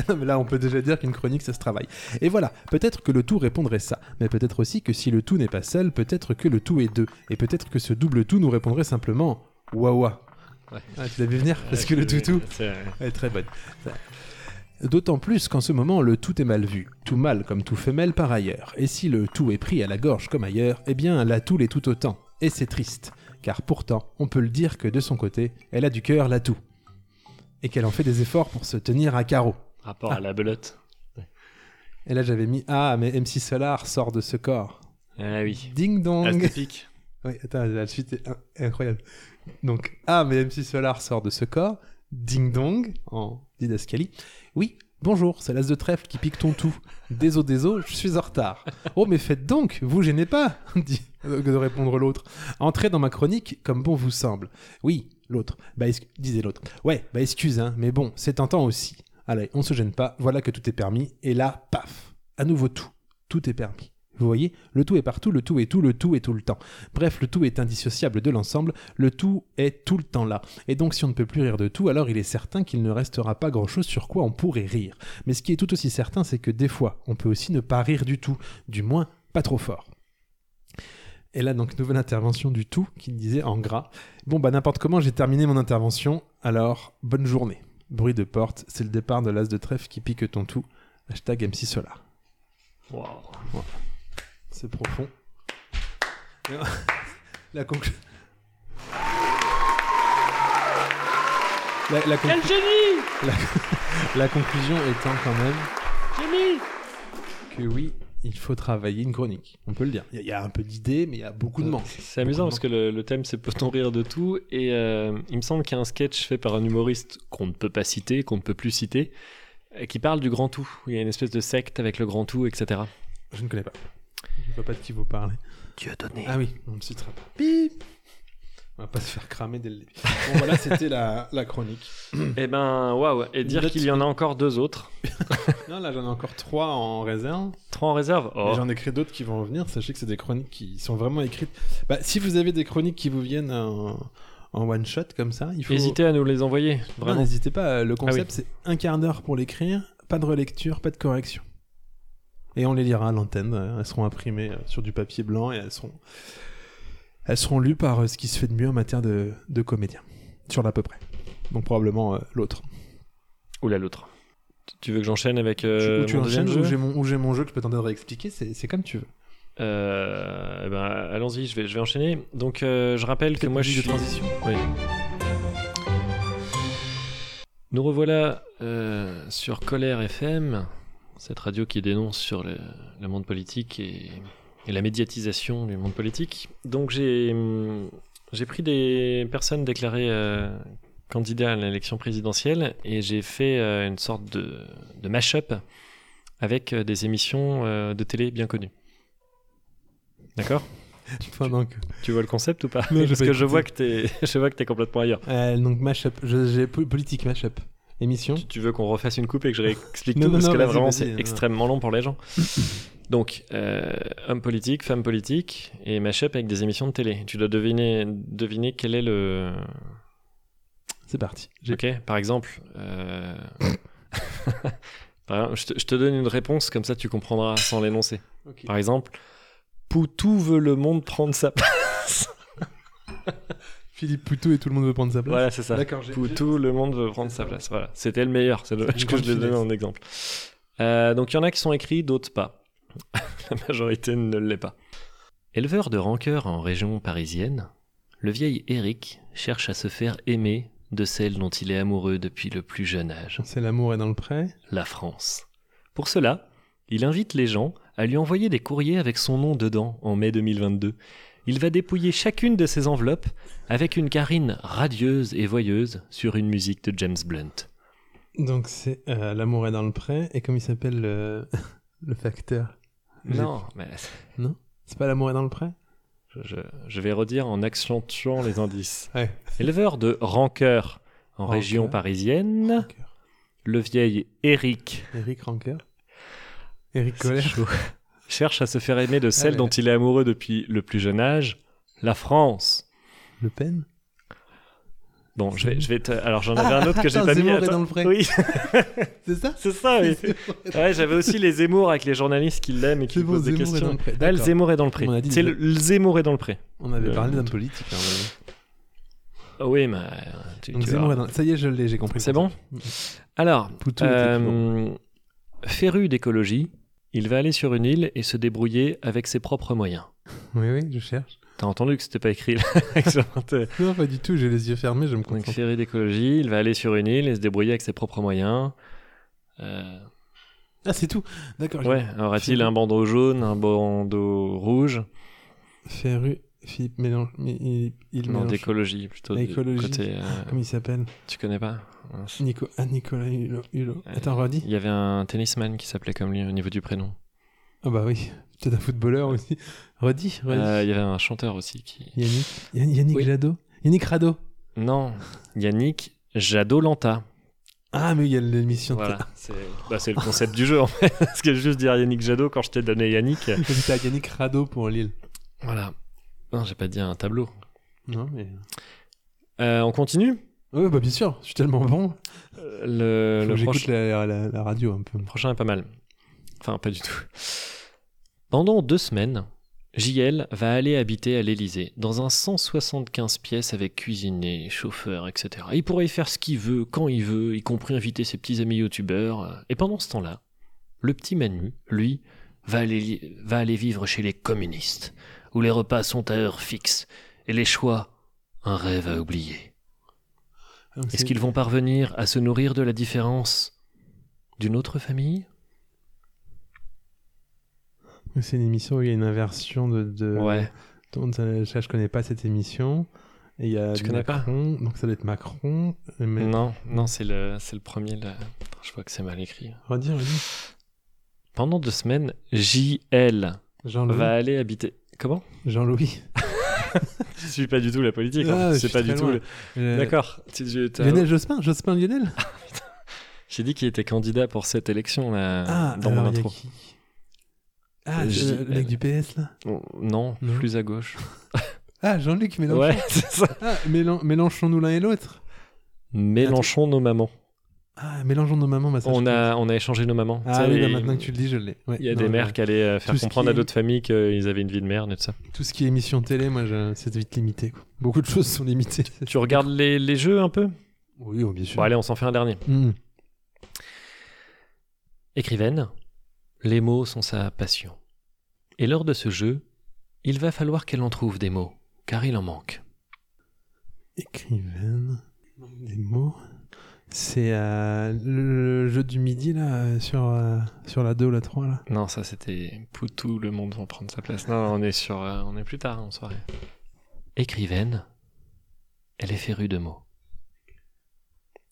D: Non, mais là, on peut déjà dire qu'une chronique, ça se travaille. Et voilà, peut-être que le tout répondrait ça, mais peut-être aussi que si le tout n'est pas seul, peut-être que le tout est deux, et peut-être que ce double tout nous répondrait simplement Wawa.
E: Ouais.
D: Ah, tu l'as vu venir Parce
E: Euh,
D: que le toutou elle est très bonne. D'autant plus qu'en ce moment, le tout est mal vu, tout mâle comme tout femelle par ailleurs, et si le tout est pris à la gorge comme ailleurs, eh bien la toule est tout autant, et c'est triste, car pourtant, on peut le dire que de son côté, elle a du cœur la toux, et qu'elle en fait des efforts pour se tenir à carreau.
E: Rapport à la belote.
D: Et là, j'avais mis Ah, mais MC Solar sort de ce corps.
E: Ah oui.
D: Ding dong
E: Astépique.
D: Oui, attends, la suite est in- incroyable. Donc, Ah, mais MC Solar sort de ce corps. Ding dong, en didascalie. Oui, bonjour, c'est l'as de trèfle qui pique ton tout. Désolé, désolé, je suis en retard. Oh, mais faites donc, vous gênez pas, dit euh, de répondre l'autre. Entrez dans ma chronique comme bon vous semble. Oui, l'autre. Bah, excu- disait l'autre. Ouais, bah, excuse, hein, mais bon, c'est tentant aussi. Allez, on se gêne pas, voilà que tout est permis. Et là, paf, à nouveau tout. Tout est permis. Vous voyez, le tout est partout, le tout est tout, le tout est tout le temps. Bref, le tout est indissociable de l'ensemble, le tout est tout le temps là. Et donc si on ne peut plus rire de tout, alors il est certain qu'il ne restera pas grand-chose sur quoi on pourrait rire. Mais ce qui est tout aussi certain, c'est que des fois, on peut aussi ne pas rire du tout, du moins pas trop fort. Et là, donc, nouvelle intervention du tout qui disait en gras Bon, bah, n'importe comment, j'ai terminé mon intervention, alors bonne journée. Bruit de porte, c'est le départ de l'as de trèfle qui pique ton tout. Hashtag MC Solar. Voilà. C'est profond. Et- La conclusion. La, la conclu- La- la conclusion étant quand même que oui, il faut travailler une chronique. On peut le dire. Il y a- il y, a un peu d'idées, mais il y a beaucoup de manques.
E: C'est amusant parce que le, le thème c'est peut-on rire de tout et euh, il me semble qu'il y a un sketch fait par un humoriste qu'on ne peut pas citer, qu'on ne peut plus citer, euh, qui parle du grand tout. Il y a une espèce de secte avec le grand tout, etc.
D: Je ne connais pas. Je ne vois pas de qui vous parlez.
A: Dieu donné.
D: Ah oui, on ne citera pas. Bip On va pas se faire cramer dès le début. Bon, voilà, c'était la, la chronique.
E: Eh ben waouh Et dire
D: Note-
E: qu'il y en a encore deux autres,
D: Non, là, j'en ai encore trois en réserve.
E: trois en réserve.
D: Mais
E: Oh.
D: J'en ai écrit d'autres qui vont en venir. Sachez que c'est des chroniques qui sont vraiment écrites. Bah, si vous avez des chroniques qui vous viennent en, en one shot comme ça, il faut
E: Hésitez à nous les envoyer,
D: Non,
E: vraiment.
D: N'hésitez pas. euh, Le concept,
E: Ah
D: c'est un quart d'heure pour l'écrire, pas de relecture, pas de correction. Et on les lira à l'antenne. euh, Elles seront imprimées euh, sur du papier blanc et elles seront, elles seront lues par euh, ce qui se fait de mieux en matière de, de comédien. Sur l'à peu près. Donc probablement euh, l'autre.
E: Ou la l'autre. Tu- Tu veux que j'enchaîne avec euh,
D: Ou tu
E: mon deuxième
D: enchaînes, ou
E: jeu
D: j'ai mon, ou j'ai mon jeu que je peux tenter de réexpliquer, c'est c'est comme tu veux.
E: Euh, eh ben, allons-y, je vais, je vais enchaîner. Donc, euh, je rappelle que moi, je suis transition. Nous revoilà euh, sur Colère FM, cette radio qui dénonce sur le, le monde politique et, et la médiatisation du monde politique. Donc, j'ai hum, j'ai pris des personnes déclarées euh, candidats à l'élection présidentielle et j'ai fait euh, une sorte de, de mash-up avec euh, des émissions euh, de télé bien connues. D'accord
D: Enfin, donc,
E: Tu vois le concept ou pas
D: Non, j'ai
E: Parce
D: pas
E: que
D: écouté.
E: je vois que t'es, je vois que t'es complètement ailleurs.
D: euh, donc mashup, Je- j'ai po- politique mashup, émission.
E: Tu, tu veux qu'on refasse une coupe et que je réexplique
D: Non,
E: tout
D: non,
E: parce
D: non,
E: que là
D: vas-y,
E: vraiment
D: vas-y, euh,
E: c'est
D: non.
E: extrêmement long pour les gens. Donc euh, homme politique, femme politique et mash-up avec des émissions de télé. Tu dois deviner deviner quel est le.
D: C'est parti. J'ai-
E: Ok. Par exemple. euh, par exemple, je, te, je te donne une réponse comme ça tu comprendras sans l'énoncer.
D: Ok. Bah,
E: Par exemple, Poutou veut le monde prendre sa place.
D: Philippe Poutou et tout le monde veut prendre sa place.
E: voilà c'est ça.
D: D'accord, j'ai-
E: Où tout le monde veut prendre sa place. Voilà, c'était le meilleur. C'est dommage
D: une
E: que je le
D: grande
E: donne en exemple. Euh, donc il y en a qui sont écrits, d'autres pas. La majorité ne l'est pas. Éleveur de rancœur en région parisienne, le vieil Eric cherche à se faire aimer de celle dont il est amoureux depuis le plus jeune âge,
D: C'est l'amour est dans le pré.
E: la France. Pour cela, il invite les gens à lui envoyer des courriers avec son nom dedans en mai 2022. Il va dépouiller chacune de ces enveloppes avec une carine radieuse et voyeuse sur une musique de James Blunt.
D: Donc c'est euh, l'amour est dans le pré et comme il s'appelle le, le facteur. J'ai-
E: Non, mais
D: C'est pas l'amour est dans le pré
E: je, je- je vais redire en accentuant les indices.
D: Ouais.
E: Éleveur de rancœur en
D: Rancœur.
E: région parisienne,
D: Rancœur.
E: le vieil Eric
D: Eric Rancœur. Eric
E: C'est
D: Colère.
E: chaud. Cherche à se faire aimer de celle
D: Allez.
E: dont il est amoureux depuis le plus jeune âge, la France.
D: Le Pen
E: Bon, je vais, je vais te... Alors, j'en avais un autre que j'ai
D: attends,
E: pas mis.
D: Ah, Zemmour est
E: attends.
D: dans le pré.
E: Oui,
D: C'est ça
E: c'est ça, Ah oui.
D: C'est
E: Ouais, j'avais aussi les Zemmour avec les journalistes qui l'aiment et qui
D: C'est bon,
E: posent des
D: Zemmour est
E: questions.
D: dans le pré.
E: Ouais,
D: D'accord.
E: Zemmour Euh, est dans le pré.
D: On a dit
E: C'est
D: le-
E: le, le Zemmour est dans le pré.
D: On avait
E: Le-
D: parlé d'un politique. hein, ouais.
E: Ah Oui, mais. euh, tu-
D: Donc
E: tu
D: Zemmour
E: verras.
D: est dans- Ça y est, je l'ai, j'ai compris.
E: C'est bon
D: Mm.
E: Alors,
D: Poutou était plus
E: euh, féru d'écologie, il va aller sur une île et se débrouiller avec ses propres moyens.
D: Oui, oui, je cherche.
E: T'as entendu que c'était pas écrit là Genre, euh,
D: Non, pas du tout, j'ai les yeux fermés, je me
E: Donc,
D: concentre.
E: féru d'écologie, il va aller sur une île et se débrouiller avec ses propres moyens. Euh,
D: Ah, c'est tout D'accord. j'ai-
E: ouais, aura-t-il
D: Féru-
E: un bandeau jaune, un bandeau rouge
D: Ferru, Philippe Mélenchon. Il, il
E: Non,
D: Mélenchon.
E: d'écologie plutôt. du
D: L'écologie.
E: Côté, euh,
D: Comment il s'appelle
E: tu connais pas Mince.
D: Nico... Ah, Nicolas Hulot. Hulot.
E: Euh,
D: Attends, redis.
E: Il y avait un tennisman qui s'appelait comme lui au niveau du prénom.
D: Ah, bah oui. Peut-être un footballeur aussi. Redis, redis.
E: Euh, il y avait un chanteur aussi qui.
D: Yannick, Yann- Yannick
E: Oui.
D: Jadot Yannick Rado
E: Non, Yannick Jadot-Lanta.
D: Ah, mais il y a l'émission.
E: Voilà, c'est bah, c'est le concept du jeu en fait. Parce que juste dire Yannick Jadot quand je t'ai donné Yannick.
D: de- C'était à Yannick Rado pour Lille.
E: Voilà. Non, j'ai pas dit un tableau.
D: Non, mais.
E: Euh, on continue
D: Oui, bah bien sûr, je suis tellement bon.
E: Euh, Le,
D: Faut
E: le
D: que J'écoute
E: proche-
D: la, la- la radio un peu.
E: le prochain est pas mal. Enfin, pas du tout. Pendant deux semaines, JL va aller habiter à l'Elysée, dans un 175 pièces avec cuisinier, chauffeur, etc. Il pourra y faire ce qu'il veut, quand il veut, y compris inviter ses petits amis youtubeurs. Et pendant ce temps-là, le petit Manu, lui, va aller, li- va aller vivre chez les communistes, où les repas sont à heure fixe, et les choix, un rêve à oublier.
D: Donc, c'est-
E: Est-ce qu'ils vont parvenir à se nourrir de la différence d'une autre famille
D: C'est une émission où il y a une inversion de. de...
E: Ouais.
D: Donc, ça, je je connais pas cette émission. Et il y a
E: Tu
D: du
E: connais pas
D: Macron, donc ça doit être Macron. Mais...
E: Non, non, c'est le, c'est le premier. là. Attends, Je vois que c'est mal écrit.
D: Redis, redis.
E: Pendant deux semaines, JL
D: Jean-Louis.
E: va aller habiter. Comment
D: Jean-Louis.
E: Je suis pas du tout la politique.
D: Ah,
E: en fait.
D: je
E: C'est
D: suis
E: pas du
D: très
E: tout.
D: loin.
E: le-
D: Euh,
E: D'accord. Tu- tu- t'as-
D: Lionel Jospin, Jospin Lionel.
E: J'ai dit qu'il était candidat pour cette élection là, dans mon
D: Ah, alors, il y a
E: intro.
D: qui Ah,
E: Euh,
D: je-
E: J-
D: le mec du PS là.
E: Oh, Non,
D: Non.
E: plus à gauche.
D: Ah, Jean-Luc Mélenchon.
E: Ouais, c'est ça.
D: Ah, Mélen- Mélenchons-nous l'un et l'autre.
E: Mélenchon nos mamans.
D: Ah, mélangeons nos mamans, bah, ça,
E: On
D: je
E: a, on a échangé nos mamans.
D: Ah
E: Tu sais,
D: oui, bah,
E: les-
D: maintenant que tu le dis, je l'ai. Ouais,
E: Il y a
D: non,
E: des
D: mais
E: mères qui allaient euh, faire
D: tout ce qui
E: comprendre à
D: est-
E: d'autres familles qu'ils avaient une vie de merde et tout ça.
D: Tout ce qui est émission télé, moi, je- c'est vite limité. quoi. Beaucoup de choses sont limitées.
E: Tu regardes les, les jeux un peu
D: Oui, oh, bien sûr.
E: Bon, allez, on s'en fait un dernier.
D: Hmm.
E: Écrivaine, les mots sont sa passion. Et lors de ce jeu, il va falloir qu'elle en trouve des mots, car il en manque.
D: Écrivaine. Des mots. C'est euh, le, le jeu du midi, là, euh, sur, euh, sur la 2 ou la 3, là.
E: Non, ça c'était Poutou, le monde va prendre sa place. Non, on est sur, euh, on est plus tard en soirée. Écrivaine, elle est férue de mots.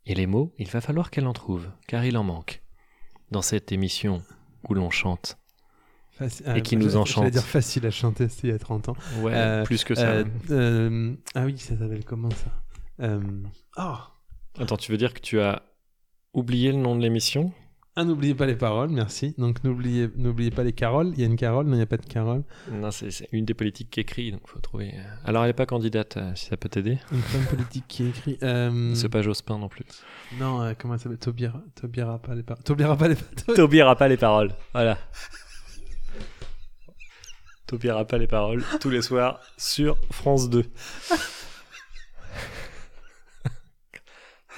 E: Et les mots, il va falloir qu'elle en trouve, car il en manque. Dans cette émission où l'on chante.
D: Faci- ah, bah,
E: Et qui nous
D: j'allais-
E: enchante.
D: J'allais dire facile à chanter, c'était il y a 30 ans.
E: Ouais,
D: Euh,
E: plus que ça.
D: Euh, euh, ah oui, ça s'appelle comment, ça Euh, ah.
E: Attends, tu veux dire que tu as oublié le nom de l'émission
D: Ah, n'oubliez pas les paroles, merci. Donc, n'oubliez n'oubliez pas les caroles. Il y a une carole, non, il n'y a pas de carole.
E: Non, c'est c'est une des politiques qui écrit, donc faut trouver. euh. Alors, elle n'est pas candidate, euh, si ça peut t'aider.
D: Une femme politique qui écrit. euh,
E: C'est pas Jospin non plus.
D: Non, euh, comment ça s'appelle Taubira, Taubira pas les paroles. Taubira pas les paroles.
E: T'oublieras pas les paroles, voilà. T'oublieras pas les paroles tous les soirs sur France 2.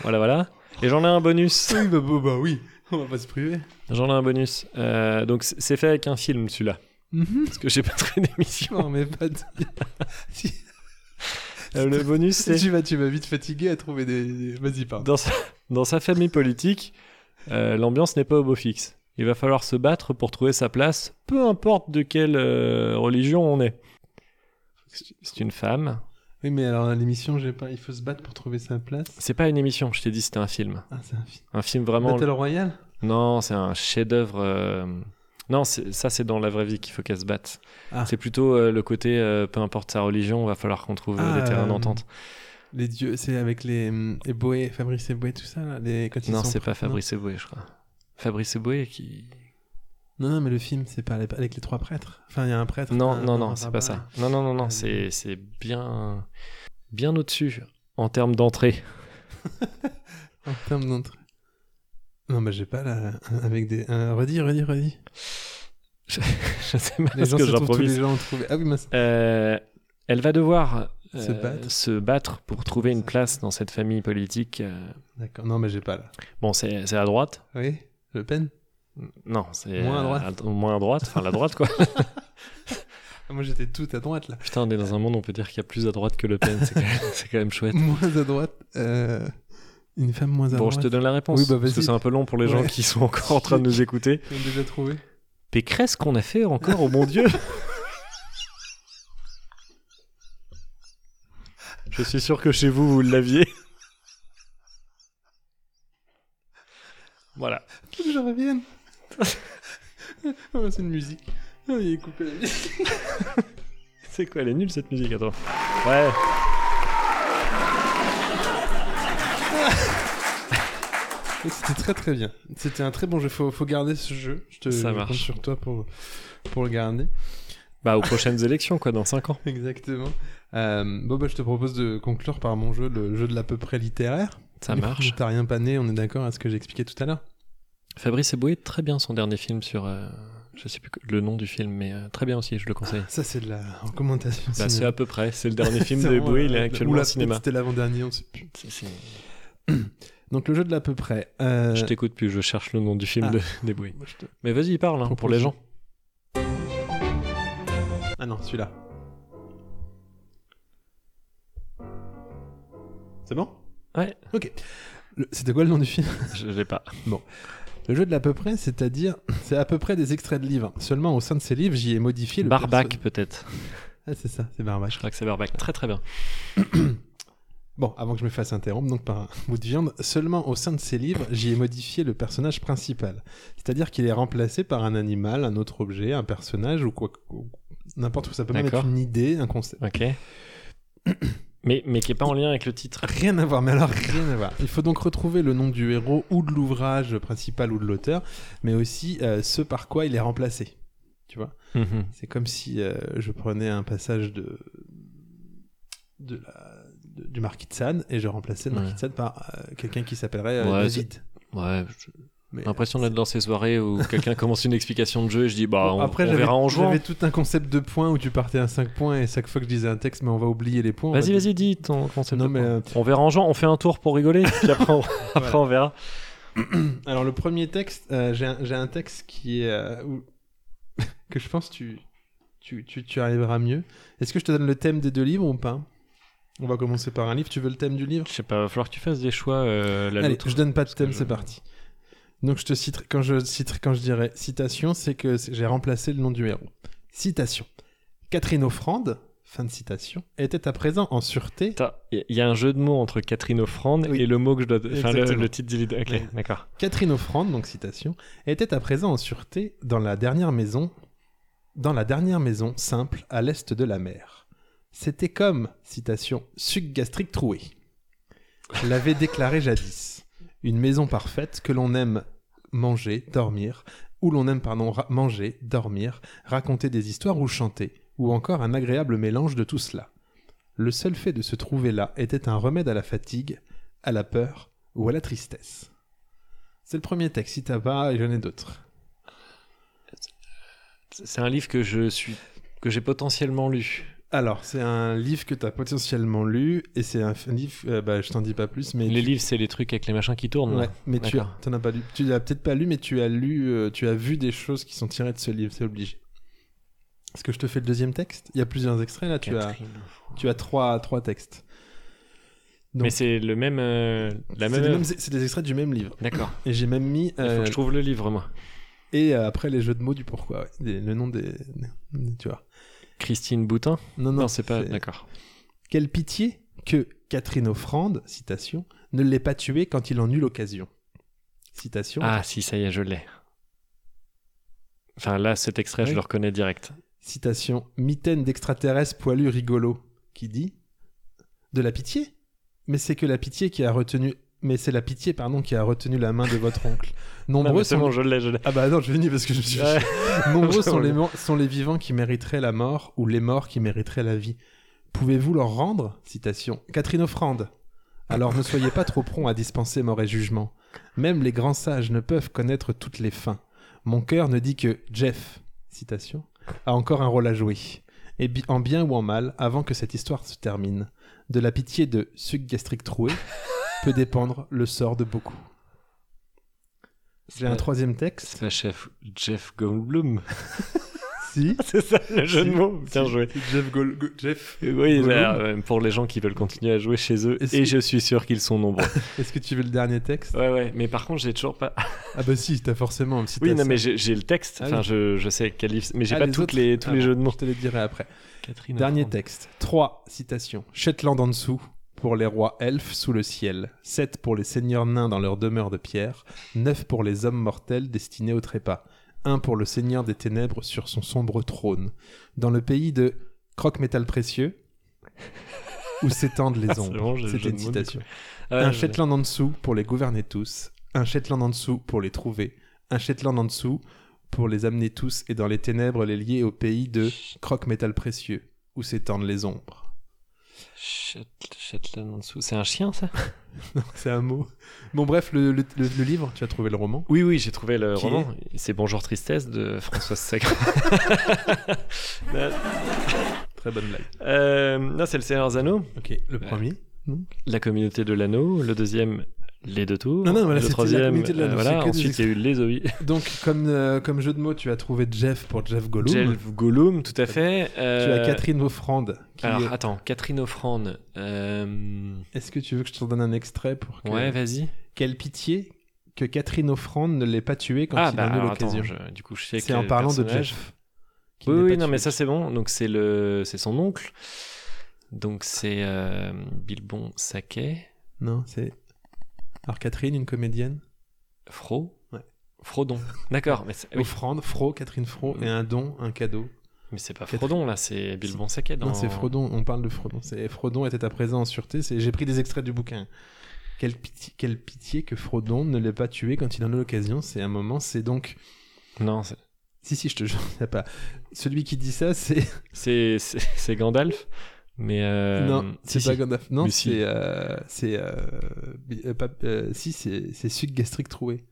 E: voilà, voilà. Et j'en ai un bonus.
D: Oui, bah, bah, bah oui, on va pas se priver.
E: J'en ai un bonus. Euh, donc, c'est c'est fait avec un film, celui-là. Parce que j'ai pas très d'émission.
D: Non, mais pas de... si,
E: Euh, Le bonus, c'est.
D: tu, vas, tu vas vite fatiguer à trouver des. des- Vas-y, pardon.
E: Dans sa, dans sa famille politique, euh, l'ambiance n'est pas au beau fixe. Il va falloir se battre pour trouver sa place, peu importe de quelle euh, religion on est. C'est c'est une femme.
D: Oui, mais alors, à l'émission, j'ai pas... il faut se battre pour trouver sa place.
E: C'est pas une émission, je t'ai dit, c'était un film.
D: Ah, c'est un film.
E: Un film vraiment.
D: Battle Royale
E: Non, c'est un chef-d'œuvre. euh, Non, c'est- ça, c'est dans la vraie vie qu'il faut qu'elle se batte.
D: Ah.
E: C'est plutôt euh, le côté, euh, peu importe sa religion, va falloir qu'on trouve euh,
D: Ah,
E: des terrains
D: euh,
E: d'entente.
D: Les dieux, c'est avec les. hum, Eboué, Fabrice Eboué, tout ça, là. Les... Quand ils
E: Non,
D: sont
E: c'est
D: pr-
E: pas Fabrice Eboué, je crois. Fabrice Eboué qui.
D: Non, non, mais le film, c'est pas avec les trois prêtres. Enfin, il y a un prêtre.
E: Non,
D: un-
E: non,
D: un
E: non, c'est
D: rabbin.
E: pas ça. Non, non, non, non, c'est c'est bien, bien au-dessus en termes d'entrée.
D: En termes d'entrée. Non, bah j'ai pas là. Avec des. un- redis, redis, redis.
E: Je sais pas
D: Les
E: ce
D: gens
E: que
D: se trouvent, tous les
E: j'improvise.
D: gens ont trouvé. Ah oui, mince.
E: Euh, elle va devoir euh,
D: Se battre.
E: se battre pour trouver une place dans cette famille politique. euh,
D: D'accord. Non, mais j'ai pas là.
E: Bon, c'est c'est à droite.
D: Oui, Le Pen.
E: Non, c'est
D: Moins à
E: euh,
D: droite.
E: à- moins à droite. Enfin, la droite, quoi.
D: Ah, moi j'étais tout à droite là.
E: Putain, on est dans un monde où on peut dire qu'il y a plus à droite que Le Pen. C'est quand même- c'est quand même chouette.
D: Moins à droite. euh, Une femme moins à
E: Bon, je
D: droite.
E: te donne la réponse.
D: Oui, bah,
E: parce que
D: vas-y.
E: c'est un peu long pour les gens
D: Ouais.
E: qui sont encore en train de nous écouter.
D: Ils l'ont déjà trouvé.
E: Pécresse qu'on a fait encore, oh mon dieu Je suis sûr que chez vous, vous l'aviez. Voilà.
D: Faut que je revienne. Oh, c'est une musique. Oh, il a coupé la musique.
E: C'est quoi, elle est nulle cette musique, attends. Ouais.
D: Mais C'était très très bien. C'était un très bon jeu. Faut, faut garder ce jeu. Je te
E: Ça
D: je
E: marche.
D: compte sur toi pour, pour le garder.
E: Bah, aux prochaines élections, quoi, dans 5 ans.
D: Exactement. Euh, bon, bah, je te propose de conclure par mon jeu, le jeu de l'à peu près littéraire.
E: Ça
D: Du coup,
E: marche.
D: T'as rien pané, on est d'accord à ce que j'expliquais tout à l'heure.
E: Fabrice Eboué, très bien son dernier film sur. euh, je sais plus le nom du film, mais euh, très bien aussi, je le conseille.
D: Ça, c'est de la recommandation.
E: Bah, c'est
D: cinéma.
E: à peu près. C'est le dernier film
D: C'est
E: de
D: vraiment,
E: Eboué, il est
D: euh,
E: actuellement
D: ou
E: au
D: la-
E: cinéma.
D: C'était l'avant-dernier, on sait plus.
E: C'est- c'est-
D: Donc, le jeu de l'à peu près. Euh,
E: Je t'écoute plus, je cherche le nom du film
D: Ah.
E: de d'Eboué.
D: moi, je te-
E: Mais vas-y, parle, hein, pour les gens.
D: Ah non, celui-là. C'est bon
E: Ouais.
D: Ok. Le- C'était quoi le nom du film
E: Je l'ai pas.
D: Le jeu de l'à peu près, c'est-à-dire, c'est à peu près des extraits de livres. Seulement, au sein de ces livres, j'y ai modifié le.
E: Barbac
D: perso-
E: peut-être.
D: Ah, c'est ça, c'est Barbac.
E: Je crois que c'est Barbac. Très très bien.
D: Bon, avant que je me fasse interrompre, donc par un bout de viande, seulement au sein de ces livres, j'y ai modifié le personnage principal. C'est-à-dire qu'il est remplacé par un animal, un autre objet, un personnage ou quoi. ou- N'importe où, ça peut même être
E: D'accord.
D: une idée, un concept.
E: Ok. mais mais qui est pas en lien avec le titre.
D: Rien à voir, mais alors rien à voir. Il faut donc retrouver le nom du héros ou de l'ouvrage principal ou de l'auteur, mais aussi euh, ce par quoi il est remplacé. Tu vois
E: Mhm.
D: C'est comme si euh, je prenais un passage de, de la- de- du Marquis de Sade et je remplaçais le
E: Ouais.
D: Marquis de Sade par euh, quelqu'un qui s'appellerait euh,
E: Ouais,
D: David.
E: Ouais.
D: Mais,
E: J'ai l'impression d'être dans ces soirées où quelqu'un commence une explication de jeu et je dis bah
D: Bon,
E: on,
D: après,
E: on
D: j'avais-
E: verra en jouant.
D: J'avais tout un concept de points où tu partais à 5 points et chaque fois que je disais un texte, mais on va oublier les points. on va
E: Vas-y
D: dire-
E: vas-y dis ton concept.
D: Non,
E: de
D: mais,
E: point.
D: euh,
E: On verra en jouant. On fait un tour pour rigoler. puis après on, après,
D: Voilà.
E: on verra.
D: Alors, le premier texte, euh, j'ai un, j'ai un texte qui est. euh, où- que je pense tu, tu, tu, tu arriveras mieux. Est-ce que je te donne le thème des deux livres ou pas On va commencer par un livre. Tu veux le thème du livre
E: Je sais pas. Va falloir que tu fasses des choix. euh, la Euh,
D: Allez,
E: loutre.
D: je donne pas de
E: que
D: thème,
E: je-
D: c'est parti. Donc je te citerai, quand je citerai, quand je dirai citation, c'est que c'est- j'ai remplacé le nom du héros. Citation. Catherine Offrande, fin de citation, était à présent en sûreté.
E: Putain, Il y a un jeu de mots entre Catherine Offrande
D: Oui.
E: et le mot que je dois. Enfin, le,
D: Exactement.
E: le titre du livre. Ok,
D: Oui.
E: d'accord.
D: Catherine Offrande, donc citation, était à présent en sûreté dans la dernière maison, dans la dernière maison simple à l'est de la mer. C'était comme, citation, suc gastrique troué. L'avait déclaré jadis. Une maison parfaite que l'on aime manger, dormir, où l'on aime, pardon, ra- manger, dormir, raconter des histoires ou chanter, ou encore un agréable mélange de tout cela. Le seul fait de se trouver là était un remède à la fatigue, à la peur ou à la tristesse. C'est le premier texte, si t'as pas, j'en ai d'autres.
E: C'est un livre que je suis que j'ai potentiellement lu.
D: Alors, c'est un livre que t'as potentiellement lu, et c'est un f- livre, euh, bah, je t'en dis pas plus, mais...
E: Les
D: tu...
E: livres, c'est les trucs avec les machins qui tournent.
D: Ouais,
E: là.
D: mais tu
E: D'accord.
D: t'en as pas lu. Tu l'as peut-être pas lu, mais tu as lu, euh, tu as vu des choses qui sont tirées de ce livre, c'est obligé. Est-ce que je te fais le deuxième texte Il y a plusieurs extraits là, tu as,
E: Catherine Offrande.
D: tu as trois, trois textes.
E: Mais c'est le même, euh, la
D: C'est
E: même.
D: des mêmes- C'est des extraits du même livre.
E: D'accord.
D: Et j'ai même mis
E: Il faut
D: euh,
E: que je trouve le livre, moi.
D: et euh, après les jeux de mots du pourquoi, ouais. Des- le nom des, des- tu vois.
E: Christine Boutin.
D: Non non,
E: Non, c'est pas.
D: c'est-
E: D'accord.
D: Quelle pitié que Catherine Offrande, citation, ne l'ait pas tué quand il en eut l'occasion. Citation.
E: Ah, si, ça y est, je l'ai. Enfin, là, cet extrait, je
D: Oui.
E: le reconnais direct.
D: Citation. Mitaine d'extraterrestre poilu rigolo, qui dit De la pitié Mais c'est que la pitié qui a retenu. Mais c'est la pitié, pardon, qui a retenu la main de votre oncle.
E: Non,
D: Nombreux
E: mais Ah, c'est
D: sont
E: bon, je l'ai, je l'ai.
D: Ah bah non, je finis parce que je me suis.
E: Ouais.
D: Nombreux sont les, mo- sont les vivants qui mériteraient la mort ou les morts qui mériteraient la vie. Pouvez-vous leur rendre Citation. Catherine Offrande. Alors ne soyez pas trop prompt à dispenser mort et jugement. Même les grands sages ne peuvent connaître toutes les fins. Mon cœur ne dit que Jeff, citation, a encore un rôle à jouer. Et bi- en bien ou en mal, avant que cette histoire se termine, de la pitié de suc gastrique troué peut dépendre le sort de beaucoup. J'ai un troisième texte.
E: C'est pas chef Jeff Goldblum.
D: Si.
E: c'est ça le
D: jeu de
E: mots. Bien joué.
D: Jeff, Gol- Go- Jeff,
E: Oui,
D: Goldblum.
E: bah, euh, pour les gens qui veulent continuer à jouer chez eux,
D: Est-ce
E: et
D: que-
E: je suis sûr qu'ils sont nombreux.
D: est-ce que tu veux le dernier texte
E: ouais, ouais, mais par contre, j'ai toujours pas.
D: Ah bah si, t'as forcément un petit
E: Oui,
D: texte.
E: non, mais j'ai j'ai le texte,
D: Ah
E: enfin,
D: oui.
E: je, je sais quel livre, mais j'ai
D: Ah,
E: pas
D: les
E: toutes
D: autres
E: les, tous
D: Ah
E: les
D: bon,
E: jeux de mots.
D: Je te les dirai après.
E: Catherine
D: Dernier
E: Armand.
D: texte. 3 citations. Shetland en dessous, pour les rois elfes sous le ciel. 7 pour les seigneurs nains dans leur demeure de pierre. 9 pour les hommes mortels destinés au trépas. 1 pour le seigneur des ténèbres sur son sombre trône. Dans le pays de croque-métal précieux, où s'étendent les
E: Ah, c'est
D: ombres.
E: bon, j'ai le jeu
D: C'était une
E: de mots, du
D: citation.
E: coup. Ah ouais,
D: un
E: je-
D: Shetland en dessous pour les gouverner tous, un Shetland en dessous pour les trouver, un Shetland en dessous pour les amener tous et dans les ténèbres les lier au pays de croque-métal précieux, où s'étendent les ombres.
E: Shet- Shetland en dessous. C'est un chien, ça
D: C'est un mot. Bon, bref, le, le- le- le livre, tu as trouvé le roman
E: Oui, oui, j'ai trouvé le
D: Qui
E: roman. C'est Bonjour Tristesse de Françoise Sacre.
D: Très bonne blague.
E: Euh, non, c'est Le Seigneur des Anneaux.
D: Ok, le premier.
E: La communauté de l'anneau. Le deuxième, Les Deux Tours.
D: Non, non, mais là,
E: le
D: c'était La
E: troisième, euh,
D: Communauté de l'Anneau,
E: voilà.
D: c'est que des
E: Ensuite, il y a eu Les Ovi.
D: Donc, comme, euh, comme jeu de mots, tu as trouvé Jeff pour Jeff Gollum.
E: Jelf Gollum, tout à fait. Euh,
D: Tu as Catherine Offrande. qui euh,
E: Alors,
D: est-
E: attends, Catherine Offrande. euh,
D: Est-ce que tu veux que je te donne un extrait pour que...
E: Ouais, vas-y.
D: Quelle pitié que Catherine Offrande ne l'ait pas tué quand
E: Ah,
D: il
E: bah,
D: en eut
E: alors,
D: l'occasion.
E: attends, je- du coup, je sais
D: C'est en
E: quel
D: parlant de
E: personnage.
D: Jeff. qui
E: Oui,
D: n'est
E: oui,
D: pas
E: non, mais
D: tué.
E: ça c'est bon. Donc c'est le, c'est son oncle. Donc c'est euh, Bilbon Saquet,
D: Non, c'est. Alors, Catherine, une comédienne.
E: Fro,
D: Ouais.
E: Frodon. D'accord, mais c'est, Ah oui,
D: Offrande, Fro, Catherine Fro, et un don, un cadeau.
E: mais c'est pas
D: Catherine.
E: Frodon là, c'est Bilbon Saquet. Dans...
D: Non, c'est Frodon, on parle de Frodon. C'est Frodon était à présent en sûreté. c'est- J'ai pris des extraits du bouquin. Quelle pitié, quelle pitié que Frodon ne l'ait pas tué quand il en a l'occasion. C'est un moment, c'est donc.
E: Non, c'est,
D: Si, si, je te jure, il n'y a pas. Celui qui dit ça, c'est.
E: c'est, c'est- c'est Gandalf. Mais euh,
D: non,
E: si,
D: c'est
E: si.
D: pas Gandalf. Non,
E: Mais si.
D: c'est. euh, c'est. euh, bi- euh, pas- euh, si, c'est c'est Suc Gastrique Troué.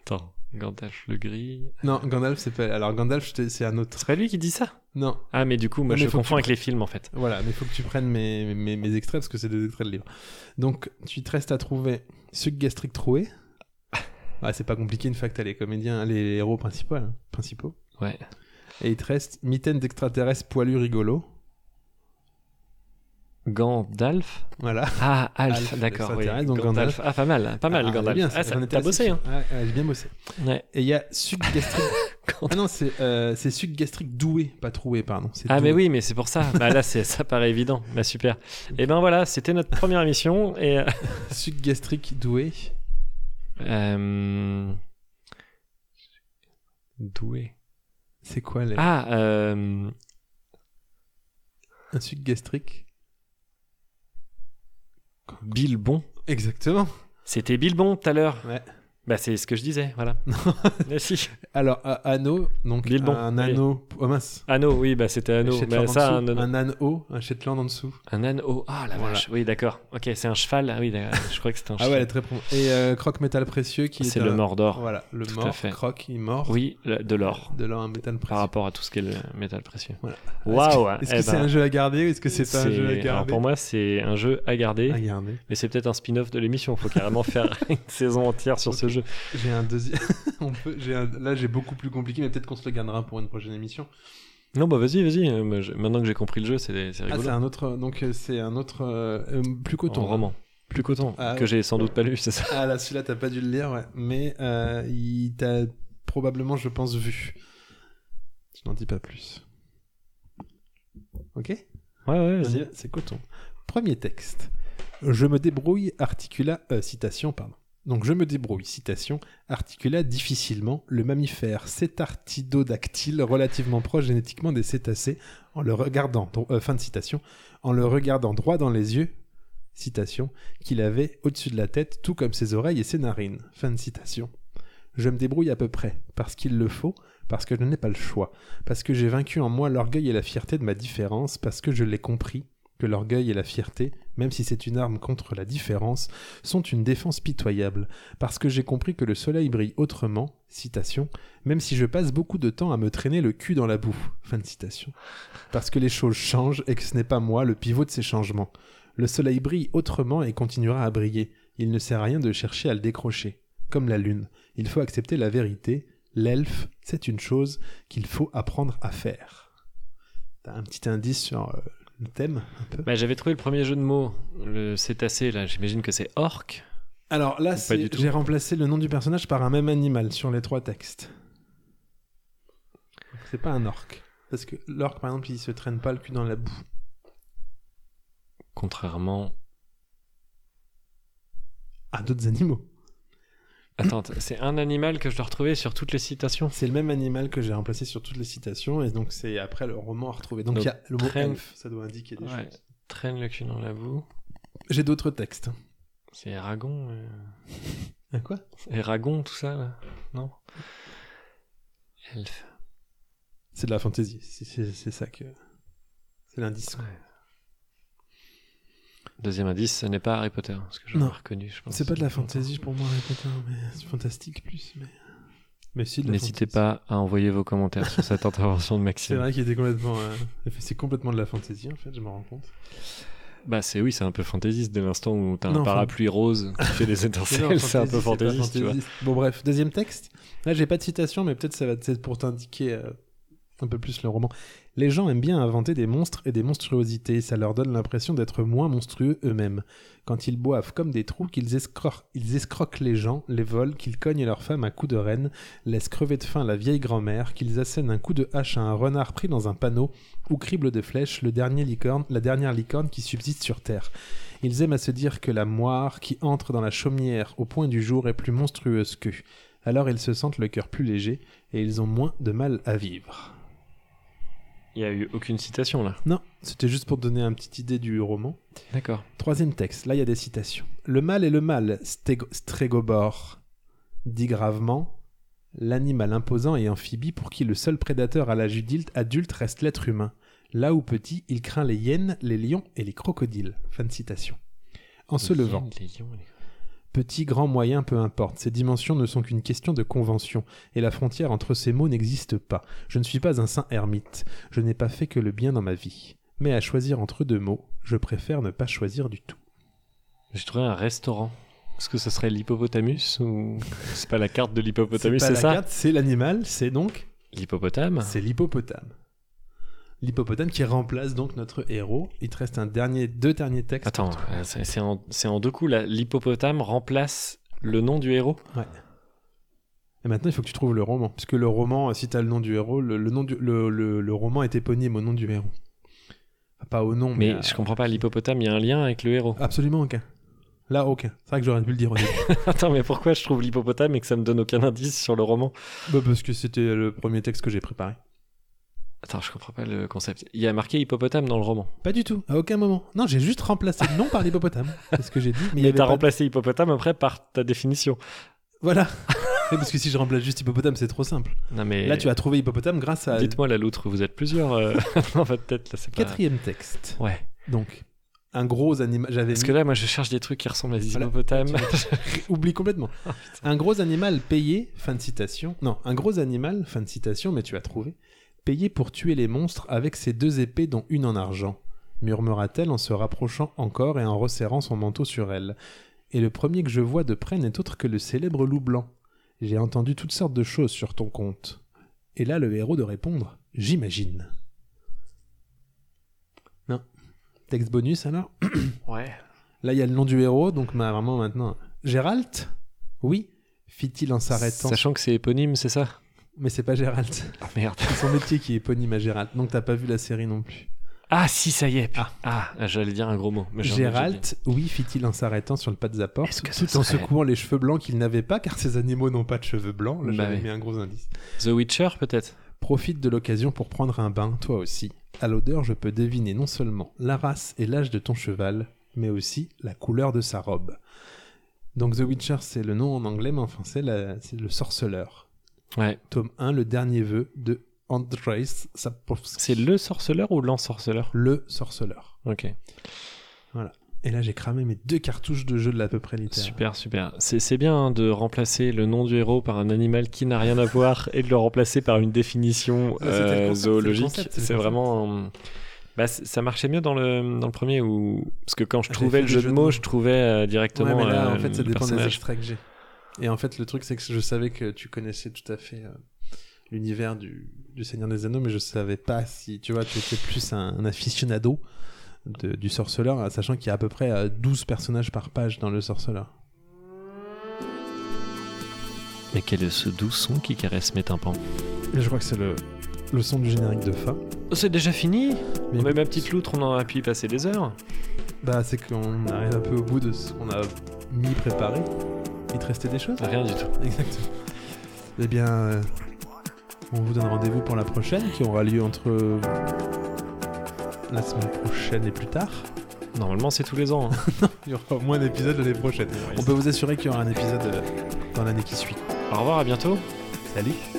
E: Attends, Gandalf le gris.
D: Non, Gandalf, c'est pas. Alors, Gandalf, je te- c'est un autre.
E: C'est pas lui qui dit ça.
D: Non,
E: Ah, mais du coup, moi
D: Non, mais
E: je
D: faut que tu
E: confonds avec les films en fait.
D: Voilà, mais il faut que tu prennes mes, mes, mes extraits parce que c'est des extraits de livre. Donc, tu te restes à trouver suc gastrique troué. Ah, c'est pas compliqué une fois que t'as les comédiens, les héros principaux. hein, principaux.
E: Ouais.
D: Et il te reste mitaine d'extraterrestres poilu rigolo.
E: Gandalf.
D: Voilà.
E: Ah, Alf.
D: Alf,
E: d'accord.
D: ça
E: Oui.
D: t'intéresse, donc
E: Ah, pas mal, pas mal
D: Ah,
E: Gandalf.
D: c'est bien,
E: ah,
D: ça,
E: ça-
D: j'en étais
E: t'as
D: assez
E: bossé
D: sûr.
E: hein.
D: Ouais, ouais, j'ai bien bossé.
E: Ouais.
D: Et il y a suc gastrique. ah non, c'est euh, c'est suc gastrique doué, pas troué, pardon. c'est
E: Ah mais
D: doué.
E: oui, mais c'est pour ça. Bah là, c'est ça paraît évident. Bah super. Et ben voilà, c'était notre première émission et euh,
D: Suc gastrique doué.
E: euh, doué.
D: C'est quoi les...
E: Ah euh,
D: un suc gastrique
E: Bilbon.
D: Exactement.
E: C'était Bilbon tout à l'heure.
D: Ouais.
E: Bah c'est ce que je disais, voilà. Mais si.
D: Alors, euh, anneau, donc
E: Bilbon,
D: un
E: oui.
D: anneau. Oh mince.
E: Anneau, oui, bah c'était anneau.
D: Shetland
E: Bah,
D: en
E: ça, un,
D: dessous,
E: anneau.
D: un anneau, un Shetland en dessous.
E: Un anneau. Ah la
D: Voilà.
E: vache. Oui, d'accord. Ok, c'est un cheval. Ah oui, d'accord. je crois que c'était un
D: Ah
E: cheval.
D: ouais, elle est très bon. Et euh, croque métal précieux qui est
E: c'est
D: un-
E: le Mordor.
D: Voilà, le
E: Tout à
D: mort,
E: fait.
D: croque, il mort.
E: Oui, le- de l'or.
D: De l'or, un métal
E: Par
D: précieux.
E: rapport à tout ce qu'est le métal précieux.
D: Voilà.
E: Waouh.
D: Est-ce
E: eh
D: que c'est
E: ben,
D: un jeu à garder ou est-ce que c'est pas un
E: C'est-
D: jeu à
E: Alors
D: garder
E: pour moi, c'est un jeu à garder,
D: À garder.
E: mais c'est peut-être un spin-off de l'émission. Faut carrément faire une saison entière sur ce jeu.
D: J'ai un deuxième. On peut... j'ai un- Là, j'ai beaucoup plus compliqué, mais peut-être qu'on se le gardera pour une prochaine émission.
E: Non, bah vas-y, vas-y. euh, moi, je- Maintenant que j'ai compris le jeu, c'est c'est
D: Ah,
E: rigolo.
D: c'est un autre. Donc, euh, c'est un autre. euh, euh, plus coton.
E: En roman. Plus coton.
D: Ah,
E: que j'ai sans doute pas lu, c'est ça.
D: Ah là, celui-là, t'as pas dû le lire, ouais. Mais euh, il t'a probablement, je pense, vu. Je n'en dis pas plus. Ok
E: Ouais, ouais,
D: On y
E: vas-y.
D: va, C'est coton. Premier texte. Je me débrouille, articula... euh, citation, pardon. Donc, je me débrouille, citation, articula difficilement le mammifère cétartidodactyle relativement proche génétiquement des cétacés en le regardant, dro- euh, fin de citation, en le regardant droit dans les yeux, citation, qu'il avait au-dessus de la tête, tout comme ses oreilles et ses narines. Fin de citation. Je me débrouille à peu près, parce qu'il le faut, parce que je n'ai pas le choix, parce que j'ai vaincu en moi l'orgueil et la fierté de ma différence, parce que je l'ai compris, que l'orgueil et la fierté, même si c'est une arme contre la différence, sont une défense pitoyable, parce que j'ai compris que le soleil brille autrement, citation, même si je passe beaucoup de temps à me traîner le cul dans la boue, fin de citation, parce que les choses changent et que ce n'est pas moi le pivot de ces changements. Le soleil brille autrement et continuera à briller, il ne sert à rien de chercher à le décrocher, comme la lune, il faut accepter la vérité, l'elfe, c'est une chose qu'il faut apprendre à faire. T'as un petit indice sur euh, le thème un peu
E: Bah, j'avais trouvé le premier jeu de mots, le cétacé, là, j'imagine que c'est orc.
D: Alors là, c'est-
E: du tout.
D: j'ai remplacé le nom du personnage par un même animal sur les trois textes. Donc, C'est pas un orc. Parce que l'orc, par exemple, il se traîne pas le cul dans la boue.
E: Contrairement.
D: À d'autres animaux.
E: Attends, c'est un animal que je dois retrouver sur toutes les citations.
D: C'est le même animal que j'ai remplacé sur toutes les citations, et donc c'est après le roman à retrouver. Donc
E: Donc,
D: il y a le mot
E: traîne.
D: elfe, ça doit indiquer des
E: Ouais.
D: choses.
E: Traîne le cul dans la boue.
D: J'ai d'autres textes.
E: C'est Eragon. euh,
D: À quoi
E: Eragon, tout ça, là Non Elfe.
D: C'est de la fantaisie. C'est- C'est c'est ça que. C'est l'indice. quoi.
E: Deuxième indice, ce n'est pas Harry Potter, parce que je l'ai
D: Non.
E: reconnu, je pense.
D: C'est pas de la fantaisie pour moi, Harry Potter, mais c'est fantastique plus. Mais, mais si, de la
E: N'hésitez
D: fantaisie.
E: pas à envoyer vos commentaires sur cette intervention de
D: C'est
E: Maxime.
D: vrai qu'il était complètement. euh, C'est complètement de la fantaisie en fait, je m'en rends compte.
E: Bah c'est oui, c'est un peu fantaisiste dès l'instant où t'as
D: Non,
E: un
D: enfin-
E: parapluie rose qui fait des
D: Mais
E: étincelles,
D: non,
E: c'est un
D: fantaisie, c'est
E: peu
D: pas
E: fantaisiste, tu vois.
D: fantaisiste. Bon, bref, deuxième texte. Là, j'ai pas de citation, mais peut-être ça va être pour t'indiquer euh, un peu plus le roman. Les gens aiment bien inventer des monstres et des monstruosités. Ça leur donne l'impression d'être moins monstrueux eux-mêmes. Quand ils boivent comme des trous, qu'ils escroquent, ils escroquent les gens, les volent, qu'ils cognent leurs femmes à coups de renne, laissent crever de faim la vieille grand-mère, qu'ils assènent un coup de hache à un renard pris dans un panneau, ou criblent de flèches le dernier licorne, la dernière licorne qui subsiste sur Terre. Ils aiment à se dire que la moire qui entre dans la chaumière au point du jour est plus monstrueuse qu'eux. Alors ils se sentent le cœur plus léger et ils ont moins de mal à vivre.
E: Il y a eu aucune citation là.
D: Non, c'était juste pour te donner une petite idée du roman.
E: D'accord.
D: Troisième texte, là il y a des citations. Le mal est le mal, Stég- Strégobor dit gravement, l'animal imposant et amphibie pour qui le seul prédateur à l'âge adulte- adulte reste l'être humain. Là où petit, il craint les hyènes, les lions et les crocodiles. Fin de citation. En se
E: Les
D: levant.
E: hyènes, les lions, les-
D: Petit, grand, moyen, peu importe, ces dimensions ne sont qu'une question de convention, et la frontière entre ces mots n'existe pas. Je ne suis pas un saint ermite, je n'ai pas fait que le bien dans ma vie. Mais à choisir entre deux mots, je préfère ne pas choisir du tout.
E: J'ai trouvé un restaurant. Est-ce que ce serait l'hippopotamus ou c'est pas la carte de l'hippopotamus,
D: pas
E: c'est
D: la
E: ça Ah.
D: carte, c'est l'animal, c'est donc
E: L'hippopotame.
D: c'est l'hippopotame. L'hippopotame qui remplace donc notre héros. Il te reste un dernier, deux derniers textes.
E: Attends, euh, c'est c'est en, c'est en deux coups là. L'hippopotame remplace le nom du héros.
D: Et maintenant, il faut que tu trouves le roman, puisque le roman, euh, si t'as le nom du héros, le, le nom du, le, le- le roman est éponyme au nom du héros. Enfin, Pas au nom, mais,
E: Mais
D: à-
E: je comprends pas, l'hippopotame, il y a un lien avec le héros.
D: Absolument aucun. Là, aucun. C'est vrai que j'aurais dû le dire au début.
E: Attends, mais pourquoi je trouve l'hippopotame et que ça me donne aucun indice sur le roman
D: Bah, parce que c'était le premier texte que j'ai préparé.
E: Attends, je comprends pas le concept. Il y a marqué hippopotame dans le roman.
D: Pas du tout, à aucun moment. Non, j'ai juste remplacé le nom par l'hippopotame. C'est ce que j'ai dit. Mais, il y
E: Mais
D: avait
E: t'as
D: pas-
E: remplacé hippopotame après par ta définition.
D: Voilà. Oui, parce que si je remplace juste hippopotame, c'est trop simple.
E: Non mais
D: Là, tu as trouvé hippopotame grâce à.
E: dites-moi la loutre, vous êtes plusieurs euh, dans votre tête là, c'est pas.
D: Quatrième texte.
E: Ouais.
D: Donc, un gros animal. J'avais
E: Parce
D: mis-
E: que là, moi, je cherche des trucs qui ressemblent à des
D: Voilà.
E: hippopotames.
D: Oublie complètement. un gros animal payé, fin de citation. Non, un gros animal, fin de citation, mais tu as trouvé. Payé pour tuer les monstres avec ses deux épées, dont une en argent, murmura-t-elle en se rapprochant encore et en resserrant son manteau sur elle. Et le premier que je vois de près n'est autre que le célèbre loup blanc. J'ai entendu toutes sortes de choses sur ton compte. Et là, le héros de répondre J'imagine. Non. Texte bonus alors
E: ouais.
D: Là, il y a le nom du héros, donc ma, vraiment maintenant. Gérald Oui fit-il en s'arrêtant.
E: Sachant que c'est éponyme, c'est ça
D: Mais c'est pas Gérald.
E: Ah merde.
D: C'est son métier qui est éponyme à Gérald. Donc t'as pas vu la série non plus.
E: Ah si, ça y est.
D: Ah.
E: Ah, j'allais dire un gros mot. mais j'ai-
D: Gérald,
E: j'ai dit-
D: oui fit-il en s'arrêtant sur le pas de Zapor,
E: Est-ce que ce
D: tout en
E: serait-
D: secouant les cheveux blancs qu'il n'avait pas, car ces animaux n'ont pas de cheveux blancs. Là,
E: Bah
D: j'avais
E: oui.
D: mis un gros indice.
E: The Witcher peut-être.
D: Profite de l'occasion pour prendre un bain, toi aussi. À l'odeur, je peux deviner non seulement la race et l'âge de ton cheval, mais aussi la couleur de sa robe. Donc The Witcher, c'est le nom en anglais, mais en français, la- c'est le sorceleur.
E: Ouais.
D: Tome 1, le dernier vœu de Andrzej Sapkowski.
E: C'est le sorceleur ou l'ensorceleur
D: Le sorceleur.
E: Ok.
D: Et là, j'ai cramé mes deux cartouches de jeu de l'à peu près littéraire.
E: Super, super. C'est c'est bien hein, de remplacer le nom du héros par un animal qui n'a rien à voir et de le remplacer par une définition
D: Ah, c'était le
E: euh,
D: concept, c'est le
E: zoologique.
D: concept, c'est le
E: C'est
D: concept.
E: vraiment. euh, bah, c- ça marchait mieux dans le, dans le premier où. Parce que quand je
D: J'ai
E: trouvais
D: Ah, fait
E: le
D: des
E: jeu
D: jeux
E: de
D: de
E: mots,
D: mots.
E: je trouvais euh,
D: Ouais,
E: directement.
D: mais là,
E: euh,
D: en fait, ça dépend
E: le
D: des
E: personnage.
D: extraits que j'ai. Et en fait, le truc, c'est que je savais que tu connaissais tout à fait euh, l'univers du, du Seigneur des Anneaux, mais je savais pas si, tu vois, tu étais plus un, un aficionado de- du Sorceleur, hein, sachant qu'il y a à peu près euh, 12 personnages par page dans le Sorceleur.
E: Mais quel est ce doux son qui caresse mes tympans
D: Et je crois que c'est le, le son du générique de fin.
E: Oh, C'est déjà fini
D: Mais-
E: Mais ma petite loutre, on en a pu y passer des heures.
D: Bah, c'est qu'on arrive un peu au bout de ce qu'on a mis préparé. Il te restait des choses
E: Rien du tout.
D: Exactement. Eh bien, euh, on vous donne rendez-vous pour la prochaine qui aura lieu entre euh, la semaine prochaine et plus tard.
E: Normalement, c'est tous les ans. hein.
D: Il y aura au moins un épisode l'année prochaine. On peut vous assurer qu'il y aura un épisode euh, dans l'année qui suit.
E: Au revoir, à bientôt.
D: Salut